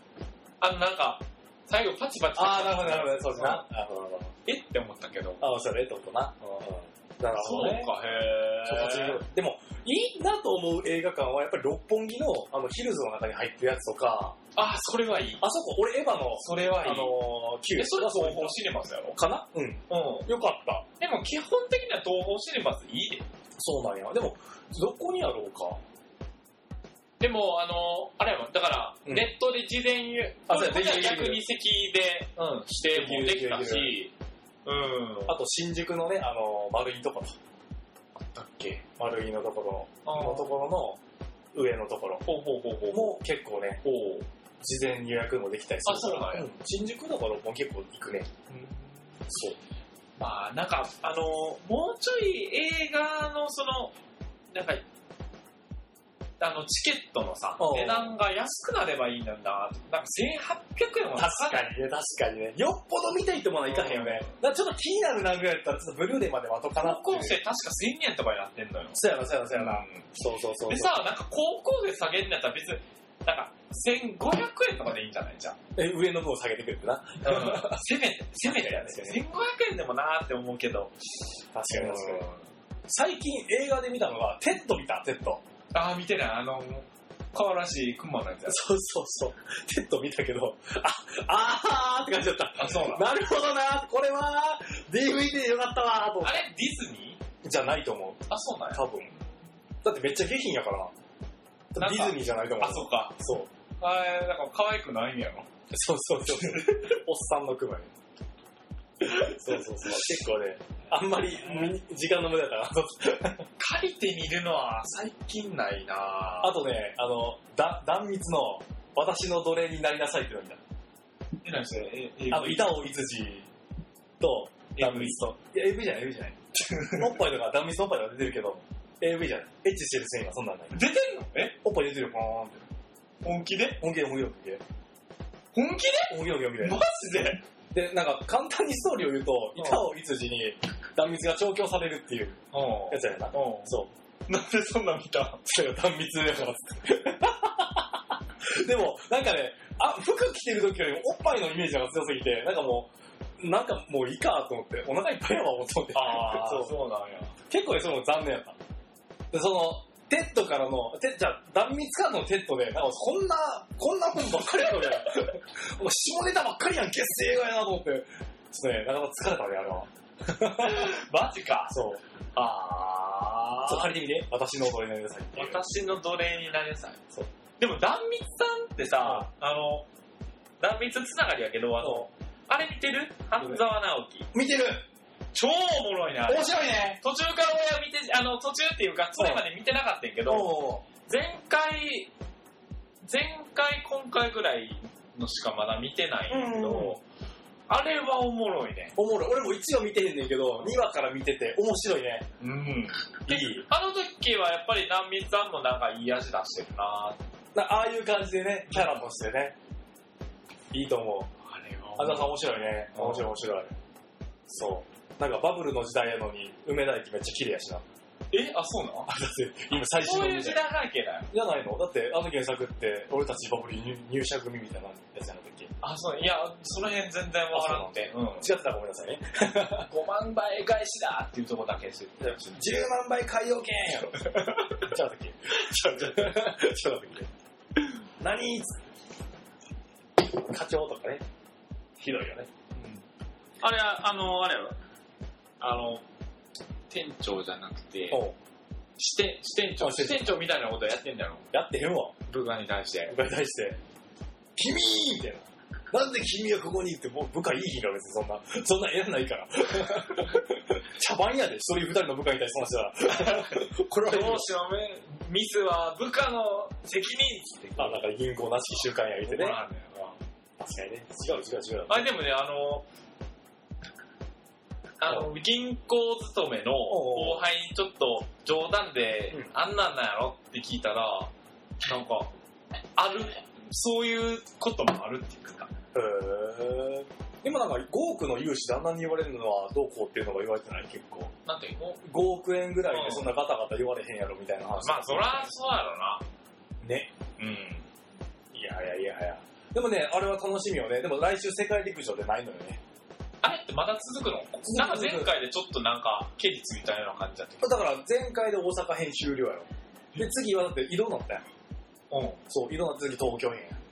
[SPEAKER 2] あの、なんか、最後パチパチ。
[SPEAKER 1] あー、なるほど、なるほど。そうです
[SPEAKER 2] な
[SPEAKER 1] な。なるほど、なるほど。
[SPEAKER 2] えって思ったけど。
[SPEAKER 1] あ、そうだね、ってことな。うんうん。なる
[SPEAKER 2] そ
[SPEAKER 1] ほ
[SPEAKER 2] う
[SPEAKER 1] どね。
[SPEAKER 2] か、へ
[SPEAKER 1] そう
[SPEAKER 2] ぇ
[SPEAKER 1] でも、いいなと思う映画館はやっぱり六本木のあのヒルズの中に入ってるやつとか、
[SPEAKER 2] あ、それはいい。
[SPEAKER 1] あそこ、俺エヴァの、
[SPEAKER 2] それはい
[SPEAKER 1] あ
[SPEAKER 2] い。
[SPEAKER 1] のー、旧
[SPEAKER 2] え、それは東宝シネマスやろ
[SPEAKER 1] かなうん。
[SPEAKER 2] う
[SPEAKER 1] よかった。
[SPEAKER 2] ん。でも基本的には東宝シネマスいいで。
[SPEAKER 1] そうなんや。でも、どこにやろうか。
[SPEAKER 2] でも、あの、あれやもん、だから、
[SPEAKER 1] うん
[SPEAKER 2] ネットで事前に、
[SPEAKER 1] あ
[SPEAKER 2] あ、
[SPEAKER 1] そう
[SPEAKER 2] そ
[SPEAKER 1] や
[SPEAKER 2] れ
[SPEAKER 1] できる
[SPEAKER 2] 逆に席で
[SPEAKER 1] うん。
[SPEAKER 2] 指定もできた
[SPEAKER 1] できる
[SPEAKER 2] し、うん。
[SPEAKER 1] あと、新宿のね、あのー、丸いところ。あったっけ丸いのところのところの上のところ
[SPEAKER 2] ほうほうほうほう。
[SPEAKER 1] も結構ね、
[SPEAKER 2] ほう。
[SPEAKER 1] 事前予約もできたりするから。
[SPEAKER 2] あそうなんや
[SPEAKER 1] 新宿だからもう結構行くね。そう。
[SPEAKER 2] まあ、なんか、あの、もうちょい映画のその、なんか、あの、チケットのさ
[SPEAKER 1] う、ん
[SPEAKER 2] 値段が安くなればいいんだな。なんか1800円は
[SPEAKER 1] 確かにね、確かにね。よっぽど見たいともないかへんよね。だからちょっと気になるなぐらいだったら、ちょっとブルーレイまで待とうかなって
[SPEAKER 2] 高
[SPEAKER 1] いう
[SPEAKER 2] 校。生確か1000円とかになってんのよ。
[SPEAKER 1] そうやな、そうやな、そうやな。
[SPEAKER 2] うん
[SPEAKER 1] そうそうそうそう。
[SPEAKER 2] でさ、なんか高校生下げるんだったら別に、なんか1500円とかでいいんじゃないじゃん。
[SPEAKER 1] え、上の分を下げてくるってな。
[SPEAKER 2] せめて、せめてやね。1500円でもなーって思うけど。
[SPEAKER 1] 確かに確かに。最近映画で見たのは、テッド見た、テッド。
[SPEAKER 2] あー、見てない。あの、可愛らしい雲のやつや。
[SPEAKER 1] そうそうそう。テッド見たけど、あ、あーって感じだった。
[SPEAKER 2] あそうなの
[SPEAKER 1] なるほどな、これは、DVD でよかったわと思っ
[SPEAKER 2] あれディズニー
[SPEAKER 1] て。じゃないと思う。
[SPEAKER 2] あ、そうなんや。
[SPEAKER 1] 多分。だってめっちゃ下品やから。
[SPEAKER 2] なん
[SPEAKER 1] デ
[SPEAKER 2] か
[SPEAKER 1] ィズニーじゃないと思う。
[SPEAKER 2] あ、そうか。
[SPEAKER 1] そう。
[SPEAKER 2] あれ、なんか可愛くないんやろ。
[SPEAKER 1] そうそうそう。 おっさんの熊に。そうそうそう。結構ね、あんまりみ時間の無駄だな。
[SPEAKER 2] 借りて見るのは最近ないな
[SPEAKER 1] あ
[SPEAKER 2] あ、
[SPEAKER 1] とね、あの、だ、断密の、私の奴隷になりなさいってのを見た。
[SPEAKER 2] え、何それえ、え
[SPEAKER 1] あの、板尾いつじと、断密と。いや、AV じゃない、AV じゃない。 おっぱいとか、断密のおっぱいとか出てるけど、AV じゃない。エッチしてるシーンはそんなんない。
[SPEAKER 2] 出てんのえ
[SPEAKER 1] おっぱい出てるよ、ポーンって。
[SPEAKER 2] 本気で
[SPEAKER 1] 本気で本気で本気で。
[SPEAKER 2] 本気
[SPEAKER 1] 本気で本気
[SPEAKER 2] で
[SPEAKER 1] で
[SPEAKER 2] マ。ジで
[SPEAKER 1] で、なんか、簡単にストーリーを言うと、板尾いつじに断密が調教されるっていう
[SPEAKER 2] うん。
[SPEAKER 1] やつやな。
[SPEAKER 2] う
[SPEAKER 1] そう。
[SPEAKER 2] ん。なんでそんな見た
[SPEAKER 1] それが断密だからっつって。 でも、なんかね、あ、服着てる時よりもおっぱいのイメージが強すぎて、なんかもう、なんかもういいかと思って、お腹いっぱいやわ、と思って。
[SPEAKER 2] ああ、
[SPEAKER 1] そう
[SPEAKER 2] そうなんや。
[SPEAKER 1] 結構ねそれも残念やった。で、その、テッドからの、テじゃあ断密からのテッドで、なんかこんな、こんな本ばっかりやろ、 俺。もう下ネタばっかりやん、決成がやなと思って。ちょっとね、なかなか疲れたね、あれは。
[SPEAKER 2] マジか。
[SPEAKER 1] そう。
[SPEAKER 2] あ
[SPEAKER 1] ちょっと借りてみて、私の踊りの皆さんっていう。
[SPEAKER 2] 私の奴隷になりなさい。
[SPEAKER 1] そう
[SPEAKER 2] でも、壇蜜さんってさ、あの、壇蜜つながりやけど、あの、あれ見てる半沢直樹。
[SPEAKER 1] 見てる
[SPEAKER 2] 超おもろいな。
[SPEAKER 1] 面白いね
[SPEAKER 2] 途中から俺は見て、あの、途中っていうか、それまで見てなかったんやけど、
[SPEAKER 1] おう
[SPEAKER 2] 前回、前回、今回ぐらいのしかまだ見てないんやけど、
[SPEAKER 1] うんうんうん
[SPEAKER 2] あれはおもろいね。
[SPEAKER 1] おもろい。俺も1話見てへんねんけど、2話から見てて面白いね。
[SPEAKER 2] うん。
[SPEAKER 1] いい。
[SPEAKER 2] あの時はやっぱり壇蜜さんもなんかいい味出してるなぁ
[SPEAKER 1] なああいう感じでね、キャラとしてね。いいと思う。
[SPEAKER 2] あれは
[SPEAKER 1] あざさん面白いね。
[SPEAKER 2] うん
[SPEAKER 1] 面白い面白い。そう。なんかバブルの時代やのに、梅田駅めっちゃ綺麗やしな。
[SPEAKER 2] え、あ、そうなの
[SPEAKER 1] だって、今最新
[SPEAKER 2] そ
[SPEAKER 1] の
[SPEAKER 2] ういう
[SPEAKER 1] みた
[SPEAKER 2] 時
[SPEAKER 1] いな。
[SPEAKER 2] 代背景だよ。
[SPEAKER 1] じゃないのだって、あの原作って、俺たちバブル入入社組みたいなやつやなかったっけ
[SPEAKER 2] あ、そう、いや、その辺全然わからなくて。うん。
[SPEAKER 1] 違ってたらごめんなさいね。
[SPEAKER 2] 5万倍返しだっていうとこだけ知ってる。
[SPEAKER 1] 10万倍海洋券やろ。ちゃうたっけ
[SPEAKER 2] ちょ、ちょ、
[SPEAKER 1] ちょっと待って何課長とかね。ひどいよね。
[SPEAKER 2] あれは、あの、あれやろ。あの、店長じゃなくて、
[SPEAKER 1] おう
[SPEAKER 2] 支店、支店長、
[SPEAKER 1] あ支
[SPEAKER 2] 支
[SPEAKER 1] 店
[SPEAKER 2] 店長みたいなことやってんだろ。
[SPEAKER 1] やってへんわ。
[SPEAKER 2] 部下に対 して。
[SPEAKER 1] 部下に対して、君みたいな。なんで君はここにって、もう部下いい日が別にそんな、そんな偉ないから。茶番やで、一人二人の部下に対してそんなしたら。これは
[SPEAKER 2] 上
[SPEAKER 1] いいよ
[SPEAKER 2] 司のミスは部下の責任っつって。
[SPEAKER 1] あ、なんか銀行なしき習慣や言うてね。
[SPEAKER 2] なんだよな。
[SPEAKER 1] 確かにね。違う違う違う。
[SPEAKER 2] あれでもね、あの、あの、銀行勤めの後輩にちょっと冗談で
[SPEAKER 1] うん、
[SPEAKER 2] あんなんなんやろって聞いたら、なんか、ある、そういうこともあるっていうか。
[SPEAKER 1] へー。でもなんか5億の融資であんなに言われるのはどうこうっていうのが言われてない結構。
[SPEAKER 2] なんていうの
[SPEAKER 1] 5億円ぐらいでそんなガタガタ言われへんやろみたいな話。
[SPEAKER 2] まあ、そらそうやろな。
[SPEAKER 1] ね。
[SPEAKER 2] うん。
[SPEAKER 1] いやいやいやいや。でもね、あれは楽しみよね。でも来週世界陸上でないのよね。
[SPEAKER 2] あれってまだ続くの
[SPEAKER 1] く
[SPEAKER 2] なんか前回でちょっとなんか、ケリついたような感じだったけ
[SPEAKER 1] だから前回で大阪編終了やろ。で、次はだって移動なったやん。
[SPEAKER 2] ど。うん。
[SPEAKER 1] そう、移動なって次東京編やん。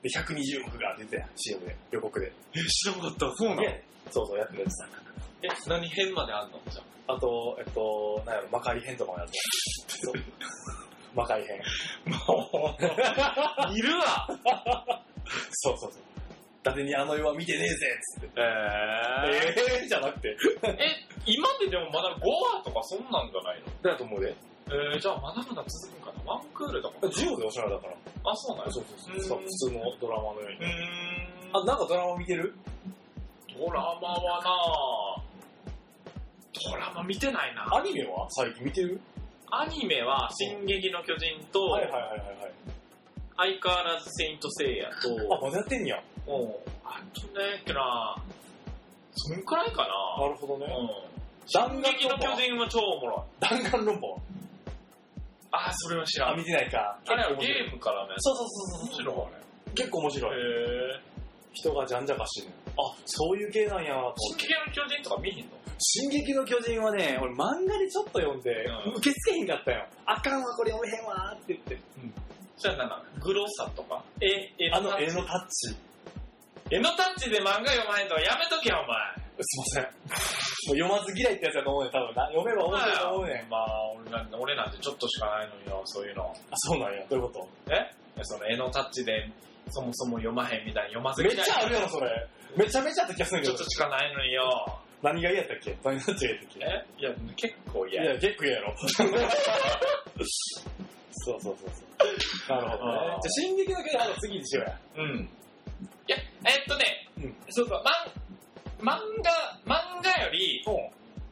[SPEAKER 1] で、120億が出てたやん、CM で、予告で。
[SPEAKER 2] え、知らなかった。そうなのえ、
[SPEAKER 1] でそうそう、やってるやつだ。
[SPEAKER 2] 何編まであんのじゃ
[SPEAKER 1] あと、えっと、なんやろ、魔界編とかもやるそう。 魔界編。
[SPEAKER 2] あ。もう、いるわ
[SPEAKER 1] そうそうそう。伊達にあの世は見てねえぜっつって。
[SPEAKER 2] え
[SPEAKER 1] えー、じゃなくて。
[SPEAKER 2] ー、え、今まででもまだ5話とかそんなんじゃないの
[SPEAKER 1] だと思うで。
[SPEAKER 2] えー、じゃあまだまだ続くんかなワンクールとか。
[SPEAKER 1] 10億でおしゃれだから。
[SPEAKER 2] あ、そうなの
[SPEAKER 1] そうそうそう。
[SPEAKER 2] うん
[SPEAKER 1] 普通のドラマのように。
[SPEAKER 2] うーん。
[SPEAKER 1] あ、なんかドラマ見てる
[SPEAKER 2] ドラマはなドラマ見てないな。
[SPEAKER 1] アニメは最近見てる
[SPEAKER 2] アニメは、進撃の巨人と、
[SPEAKER 1] はいはいはい。
[SPEAKER 2] 相変わらずセイントセイヤと、
[SPEAKER 1] あ、まだやってんや。
[SPEAKER 2] うんあとね、っけな、そんくらいか
[SPEAKER 1] なるほど
[SPEAKER 2] な。
[SPEAKER 1] ね。
[SPEAKER 2] うん。
[SPEAKER 1] 弾
[SPEAKER 2] 進撃の巨人は超おもろい。
[SPEAKER 1] 弾丸論法。
[SPEAKER 2] あ、それは知ら
[SPEAKER 1] あ、
[SPEAKER 2] ん。
[SPEAKER 1] 見てないか。
[SPEAKER 2] あれは
[SPEAKER 1] 結構面白い
[SPEAKER 2] ゲームからね。
[SPEAKER 1] そうそうそうそう。
[SPEAKER 2] 面白い
[SPEAKER 1] 結構面
[SPEAKER 2] あ
[SPEAKER 1] 白い。
[SPEAKER 2] れ。へぇ
[SPEAKER 1] 人がじゃんじゃかしてる。あ、そういう系なんやなと思
[SPEAKER 2] 進
[SPEAKER 1] って。
[SPEAKER 2] 撃の巨人とか見ひんの
[SPEAKER 1] 進撃の巨人はね、俺漫画でちょっと読んで、
[SPEAKER 2] うん
[SPEAKER 1] 受け付けへんかったよ。あかんわ、これ読めへんわーって言って。
[SPEAKER 2] じゃあなんか、グロさとか。え、え
[SPEAKER 1] あの絵のタッチ。
[SPEAKER 2] 絵のタッチで漫画読まへんとはやめとけよ、お前。
[SPEAKER 1] すいません。もう読まず嫌いってやつだと思うねん、多分な。読めば面白いと思うねん。
[SPEAKER 2] まあ、俺なんて俺なんてちょっとしかないのによ、そういうの。
[SPEAKER 1] あ、そうなんや。どういうこ
[SPEAKER 2] えその絵のタッチで、そもそも読まへんみたいに読ま
[SPEAKER 1] と
[SPEAKER 2] せ
[SPEAKER 1] め
[SPEAKER 2] み
[SPEAKER 1] った
[SPEAKER 2] い
[SPEAKER 1] ちゃあるやろ、それ。めちゃめちゃあった気がするん
[SPEAKER 2] ち
[SPEAKER 1] や
[SPEAKER 2] ょっと
[SPEAKER 1] けど。
[SPEAKER 2] しかないのによ。
[SPEAKER 1] 何が嫌やったっけ何が違ったっけ
[SPEAKER 2] えいや、結構
[SPEAKER 1] い
[SPEAKER 2] 嫌や。
[SPEAKER 1] や、結構嫌やろ。そうそうそうそう。なるほどね。じゃ
[SPEAKER 2] あー
[SPEAKER 1] あ、進撃の巨人は次にしようや。
[SPEAKER 2] うん。いや、えっとね、
[SPEAKER 1] うん
[SPEAKER 2] そうか、まん、漫画、漫画より、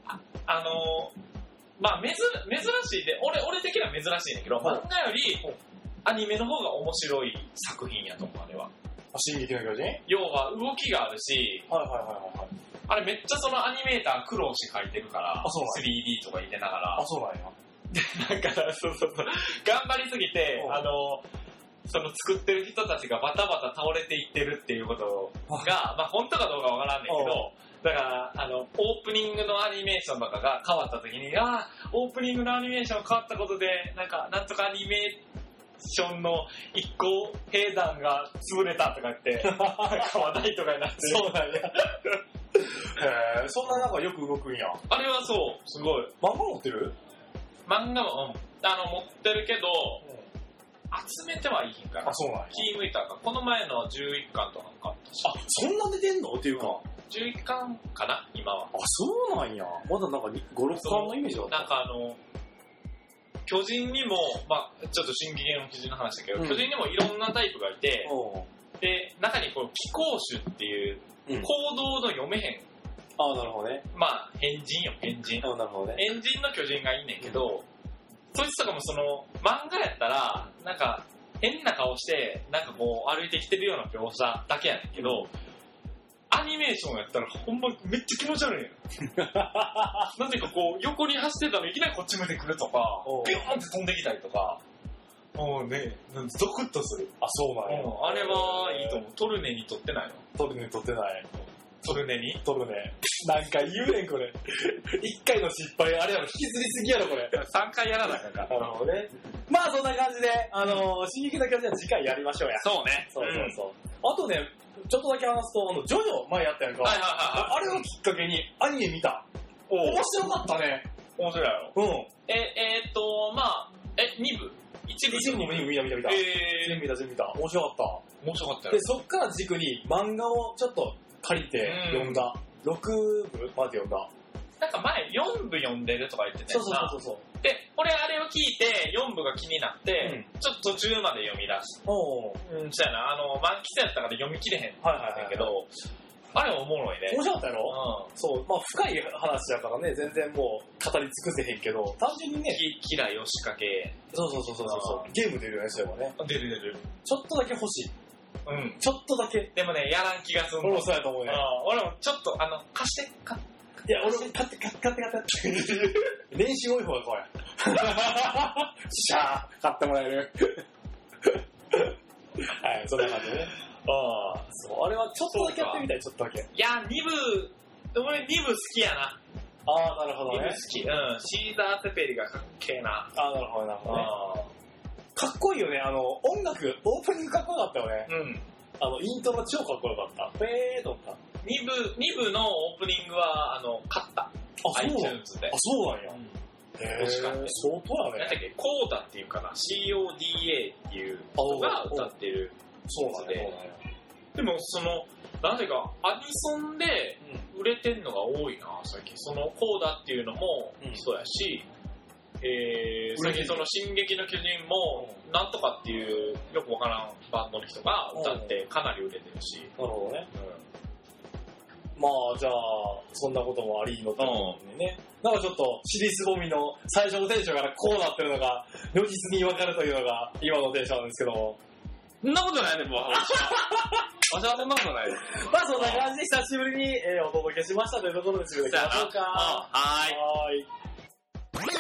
[SPEAKER 2] あのー、まあ、めず、珍しいで、俺、俺的には珍しいんだけど、
[SPEAKER 1] ほう
[SPEAKER 2] 漫画より、アニメの方が面白い作品やと思う、あれは。
[SPEAKER 1] あ進撃の巨人はい
[SPEAKER 2] 要は、動きがあるし、
[SPEAKER 1] はいはいはい。
[SPEAKER 2] あれめっちゃそのアニメーター苦労して描いてるから、
[SPEAKER 1] あそうなん
[SPEAKER 2] 3D とか入れながら
[SPEAKER 1] あ、、そうなんや。
[SPEAKER 2] だから、そうそうそう。頑張りすぎて
[SPEAKER 1] う、ん
[SPEAKER 2] あの、その作ってる人たちがバタバタ倒れていってるっていうことが、まあ本当かどうかわからんねんけど、だから、あの、オープニングのアニメーションとかが変わった時に、ああ、オープニングのアニメーション変わったことで、なんか、なんとかアニメーションの一個兵団が潰れたとか言 って、なんか話題とかになってる。
[SPEAKER 1] うなんや。へえ、そんななんかよく動くんや。
[SPEAKER 2] あれはそう、すごい。
[SPEAKER 1] 漫画持ってる
[SPEAKER 2] 漫画も、うん、あの、持ってるけど、集めてはいいひんから
[SPEAKER 1] あ、。そうなんや。
[SPEAKER 2] 気向いたんか。この前の11巻とかも買ったし。
[SPEAKER 1] あ、そんな出てんのっていうか。
[SPEAKER 2] 11巻かな今は。
[SPEAKER 1] あ、そうなんや。まだなんか5、6巻のイメージだった。
[SPEAKER 2] なんかあの、巨人にも、まあちょっと進撃の巨人の話だけど、
[SPEAKER 1] うん
[SPEAKER 2] 巨人にもいろんなタイプがいて、
[SPEAKER 1] うん。
[SPEAKER 2] で、中にこの気候種っていう、
[SPEAKER 1] うん
[SPEAKER 2] 行動の読めへん、
[SPEAKER 1] あなるほどね。
[SPEAKER 2] まあ変人よ、変人。
[SPEAKER 1] あなるほどね。
[SPEAKER 2] 変人の巨人がいんねんけど、そいつとかもその、漫画やったら、なんか、変な顔して、なんかこう、歩いてきてるような描写だけやねんけど、アニメーションやったら、ほんま、めっちゃ気持ち悪い ねん。なんていうかこう、横に走ってたのいきなりこっち向いてくるとか
[SPEAKER 1] おう、
[SPEAKER 2] ビョーンって飛んできたりとか、もうね、なんかゾクッとする。
[SPEAKER 1] あ、そう
[SPEAKER 2] う
[SPEAKER 1] なん
[SPEAKER 2] ん
[SPEAKER 1] や。
[SPEAKER 2] あれはいいと思う。トルネに撮ってないの
[SPEAKER 1] 撮るね、撮ってない。
[SPEAKER 2] トルネ に
[SPEAKER 1] 撮るね。なんか言うねん、これ。一回の失敗、あれやろ、引きずりすぎやろ、これ。
[SPEAKER 2] ?3 回やらなあかんから。
[SPEAKER 1] なるほどね。まあ、そんな感じで、あのー、進撃の巨人は次回やりましょうや。
[SPEAKER 2] そうね。
[SPEAKER 1] そうそうんそう。あとね、ちょっとだけ話すと、あの、ジョジョ前やったやんか。
[SPEAKER 2] はいはいはいはい。
[SPEAKER 1] あれをきっかけにアニメ見た。
[SPEAKER 2] おう
[SPEAKER 1] 面白かったね。
[SPEAKER 2] 面白いやろ。
[SPEAKER 1] うん。
[SPEAKER 2] え、えーっと、まあ、え、2部 ?1 部
[SPEAKER 1] 一部も二部見た見た見た。全
[SPEAKER 2] え
[SPEAKER 1] 部見た全部見た。面白かっ
[SPEAKER 2] ー、面白かった
[SPEAKER 1] た。
[SPEAKER 2] よ
[SPEAKER 1] で、。そっから軸に漫画をちょっと借りて読んだ。6部まで読んだ。
[SPEAKER 2] なんか前4部読んでるとか言ってた
[SPEAKER 1] そ
[SPEAKER 2] よ
[SPEAKER 1] う
[SPEAKER 2] な。
[SPEAKER 1] そうそうそう。
[SPEAKER 2] で、俺あれを聞いて4部が気になって、ちょっと途中まで読み出し
[SPEAKER 1] おう
[SPEAKER 2] うん、そうやな。あの、満喫やったから読み切れへん
[SPEAKER 1] はいはいはい
[SPEAKER 2] だけど、あれおもろいね。
[SPEAKER 1] 面白かったやろ
[SPEAKER 2] う
[SPEAKER 1] そう、まあ深い話やからね、全然もう語り尽くせへんけど、単純に
[SPEAKER 2] ん。
[SPEAKER 1] ね、
[SPEAKER 2] き嫌いを仕掛け。
[SPEAKER 1] そうそうそうそうそう、ゲーム出るよね、そういえばね。
[SPEAKER 2] 出る出る。
[SPEAKER 1] ちょっとだけ欲しい。
[SPEAKER 2] うん。
[SPEAKER 1] ちょっとだけ。
[SPEAKER 2] でもね、やらん気がすんの。
[SPEAKER 1] 俺もそうやと思う
[SPEAKER 2] うん
[SPEAKER 1] ね。
[SPEAKER 2] 俺もちょっと、あの、貸して、貸
[SPEAKER 1] いや、俺も買って買って買って買って。 練習多い方が怖い。シャー買ってもらえる。はい、そんな感じでね。
[SPEAKER 2] ああ。
[SPEAKER 1] そう、あれはちょっとだけやってみたい、ちょっとだけ。
[SPEAKER 2] いや、2部、俺2部好きやな。
[SPEAKER 1] ああ、なるほ
[SPEAKER 2] 2
[SPEAKER 1] ど
[SPEAKER 2] 部
[SPEAKER 1] ね
[SPEAKER 2] 好。き。うん。シーザー・セペリがかっけえな。
[SPEAKER 1] ああ、なるほど、なるほどね。
[SPEAKER 2] ああ。
[SPEAKER 1] かっこいいよね、あの、音楽、オープニングかっこよかったよね。
[SPEAKER 2] うん。
[SPEAKER 1] あの、イントロ超かっこよかった。えーと思った。あ、
[SPEAKER 2] 2部、二部のオープニングは、あの、勝った。iTunes で
[SPEAKER 1] あ、。そうなんや。へ
[SPEAKER 2] 確かに
[SPEAKER 1] 相当
[SPEAKER 2] なん
[SPEAKER 1] や
[SPEAKER 2] だ
[SPEAKER 1] ね。
[SPEAKER 2] っけ、コーダっていうかな、CODA っていう人が歌ってる。
[SPEAKER 1] そうなんや。
[SPEAKER 2] で
[SPEAKER 1] そうなんや
[SPEAKER 2] でも、その、なぜか、アニソンで
[SPEAKER 1] うん
[SPEAKER 2] 売れてんのが多いな、最近。その、コーダっていうのも
[SPEAKER 1] うん
[SPEAKER 2] そうやし、えー、
[SPEAKER 1] 売れ
[SPEAKER 2] 最
[SPEAKER 1] てる
[SPEAKER 2] 近その、進撃の巨人も、なんとかっていう、よくわからんバンドの人が歌ってかなり売れてるし、
[SPEAKER 1] なるほどね。
[SPEAKER 2] うん。
[SPEAKER 1] まあ、じゃあ、そんなこともありのところにね。なんかちょっと、尻すぼみの最初のテンションからこうなってるのが、如実にわかるというのが、今のテンションなんですけども。
[SPEAKER 2] そんなことないね、 もう。私はそんなことないです。
[SPEAKER 1] まあ、そんな感じで久しぶりに、えーお届けしましたというところで、締めていきましょうか。
[SPEAKER 2] はーい。
[SPEAKER 1] はーい。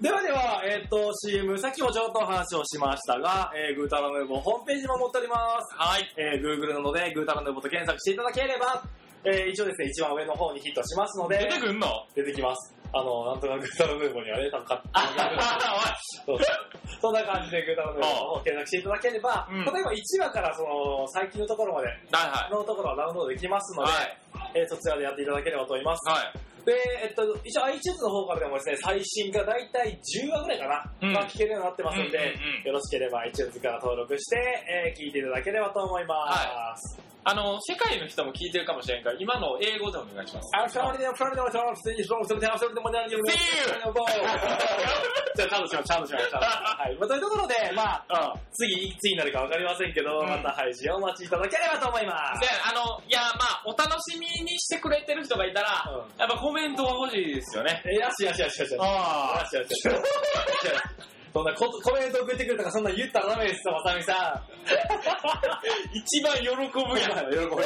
[SPEAKER 1] ではでは、えっ、と、CM、さっきもちょっとお話をしましたが、えー、グータラヌーボーホームページも持っております。
[SPEAKER 2] はい。
[SPEAKER 1] えー、Google なので、グータラヌーボーと検索していただければ、えー、一応ですね、一番上の方にヒットしますので
[SPEAKER 2] 出、てくんの
[SPEAKER 1] 出てきます。あの、なんとなくグータラヌーボーにはね、多分買って
[SPEAKER 2] あ、おい。
[SPEAKER 1] そうそんな感じでグータラヌーボーの方を検索していただければ、
[SPEAKER 2] うん
[SPEAKER 1] 例えば1話からその、最近のところまで、
[SPEAKER 2] は
[SPEAKER 1] のところはダウンロードできます
[SPEAKER 2] い
[SPEAKER 1] の
[SPEAKER 2] はい。はい。
[SPEAKER 1] で、えーそちらでやっていただければと思います。
[SPEAKER 2] はい。
[SPEAKER 1] で、えっと、一応 iTunes の方からでもですね、最新が大体10話ぐらいかな、
[SPEAKER 2] うん
[SPEAKER 1] が聞けるようになってますんで、
[SPEAKER 2] うんうんうん
[SPEAKER 1] よろしければ iTunes から登録して、えー聞いていただければと思います。
[SPEAKER 2] あの、世界の人も聞いてるかもしれんから、今の英語でお願いします。
[SPEAKER 1] あの、 二人でも二人でも登録して、登録して、登録して、登録して、登録して、登録して、ちゃんとしよう、ちゃんとしよう、ちゃんとしよう。はい。まあ、というところで、まあ、
[SPEAKER 2] うん。
[SPEAKER 1] 次、いつになるかわかりませんけど、
[SPEAKER 2] うん
[SPEAKER 1] また配信をお待ちいただければと思いま。
[SPEAKER 2] ですあの、いや、まあ、お楽しみにしてくれてる人がいたら、
[SPEAKER 1] う
[SPEAKER 2] やっぱコメントは欲しいですよね。
[SPEAKER 1] えーよしよしよしよしよし。
[SPEAKER 2] あ
[SPEAKER 1] 違う違う 違う違う そんなココメント送ってくれたからそんな言ったらダメですよ、まさみさ ん。一番喜ぶやん。喜ぶ、喜ぶ。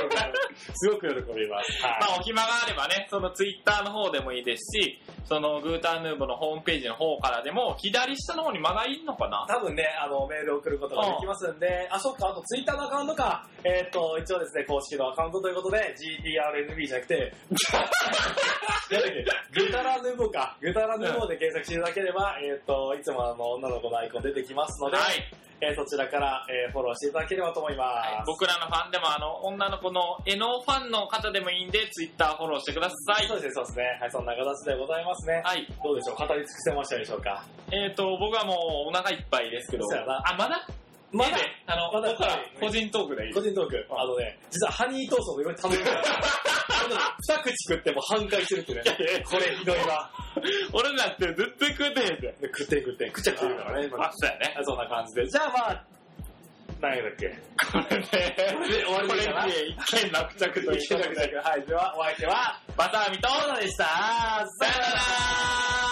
[SPEAKER 1] すごく喜びます。はい。
[SPEAKER 2] まあ、お暇があればね、そのツイッターの方でもいいですし、そのグータンヌーボのホームページの方からでも、左下の方に間がいいのかな
[SPEAKER 1] 多分ね、あの、メール送ることができますんで、あ、そっか、あとツイッターのアカウントか、えーっ、と、一応ですね、公式のアカウントということで、GTRNB じゃなくて、なんだっけグタラヌボか、グタラヌボで検索していただければ、えーっ、と、いつもあの、女の子のアイコン出てきますので、
[SPEAKER 2] はい。
[SPEAKER 1] えーそちらから、えーフォローしていただければと思います。
[SPEAKER 2] はい僕らのファンでも、あの、女の子のエノーファンの方でもいいんで、ツイッターフォローしてください
[SPEAKER 1] そ。うですね、そうですね。はい、そんな形でございますね。
[SPEAKER 2] はい。
[SPEAKER 1] どうでしょう語り尽くせましたでしょうか
[SPEAKER 2] えっ、と、僕はもうお腹いっぱいですけど。
[SPEAKER 1] そうやな
[SPEAKER 2] あ、まだ
[SPEAKER 1] ま
[SPEAKER 2] ええであの、
[SPEAKER 1] まだ
[SPEAKER 2] 僕ら個人トークでいい。
[SPEAKER 1] 個人トーク、あのね、実はハニートーストもいろいろ頼んでた二口食っても半壊してるってね。これひどいわ。
[SPEAKER 2] 俺だってずっと食うてへ んで。
[SPEAKER 1] で食って食って、食っちゃってるからね。
[SPEAKER 2] あ、そうやね。
[SPEAKER 1] そんな感じで。じゃあまあ、何やだっけ
[SPEAKER 2] これで、
[SPEAKER 1] 終わ り
[SPEAKER 2] これ
[SPEAKER 1] でいいかな
[SPEAKER 2] で一件落着という ことで。
[SPEAKER 1] はい、ではお相手は、
[SPEAKER 2] バターミと、
[SPEAKER 1] どうでした
[SPEAKER 2] さよなら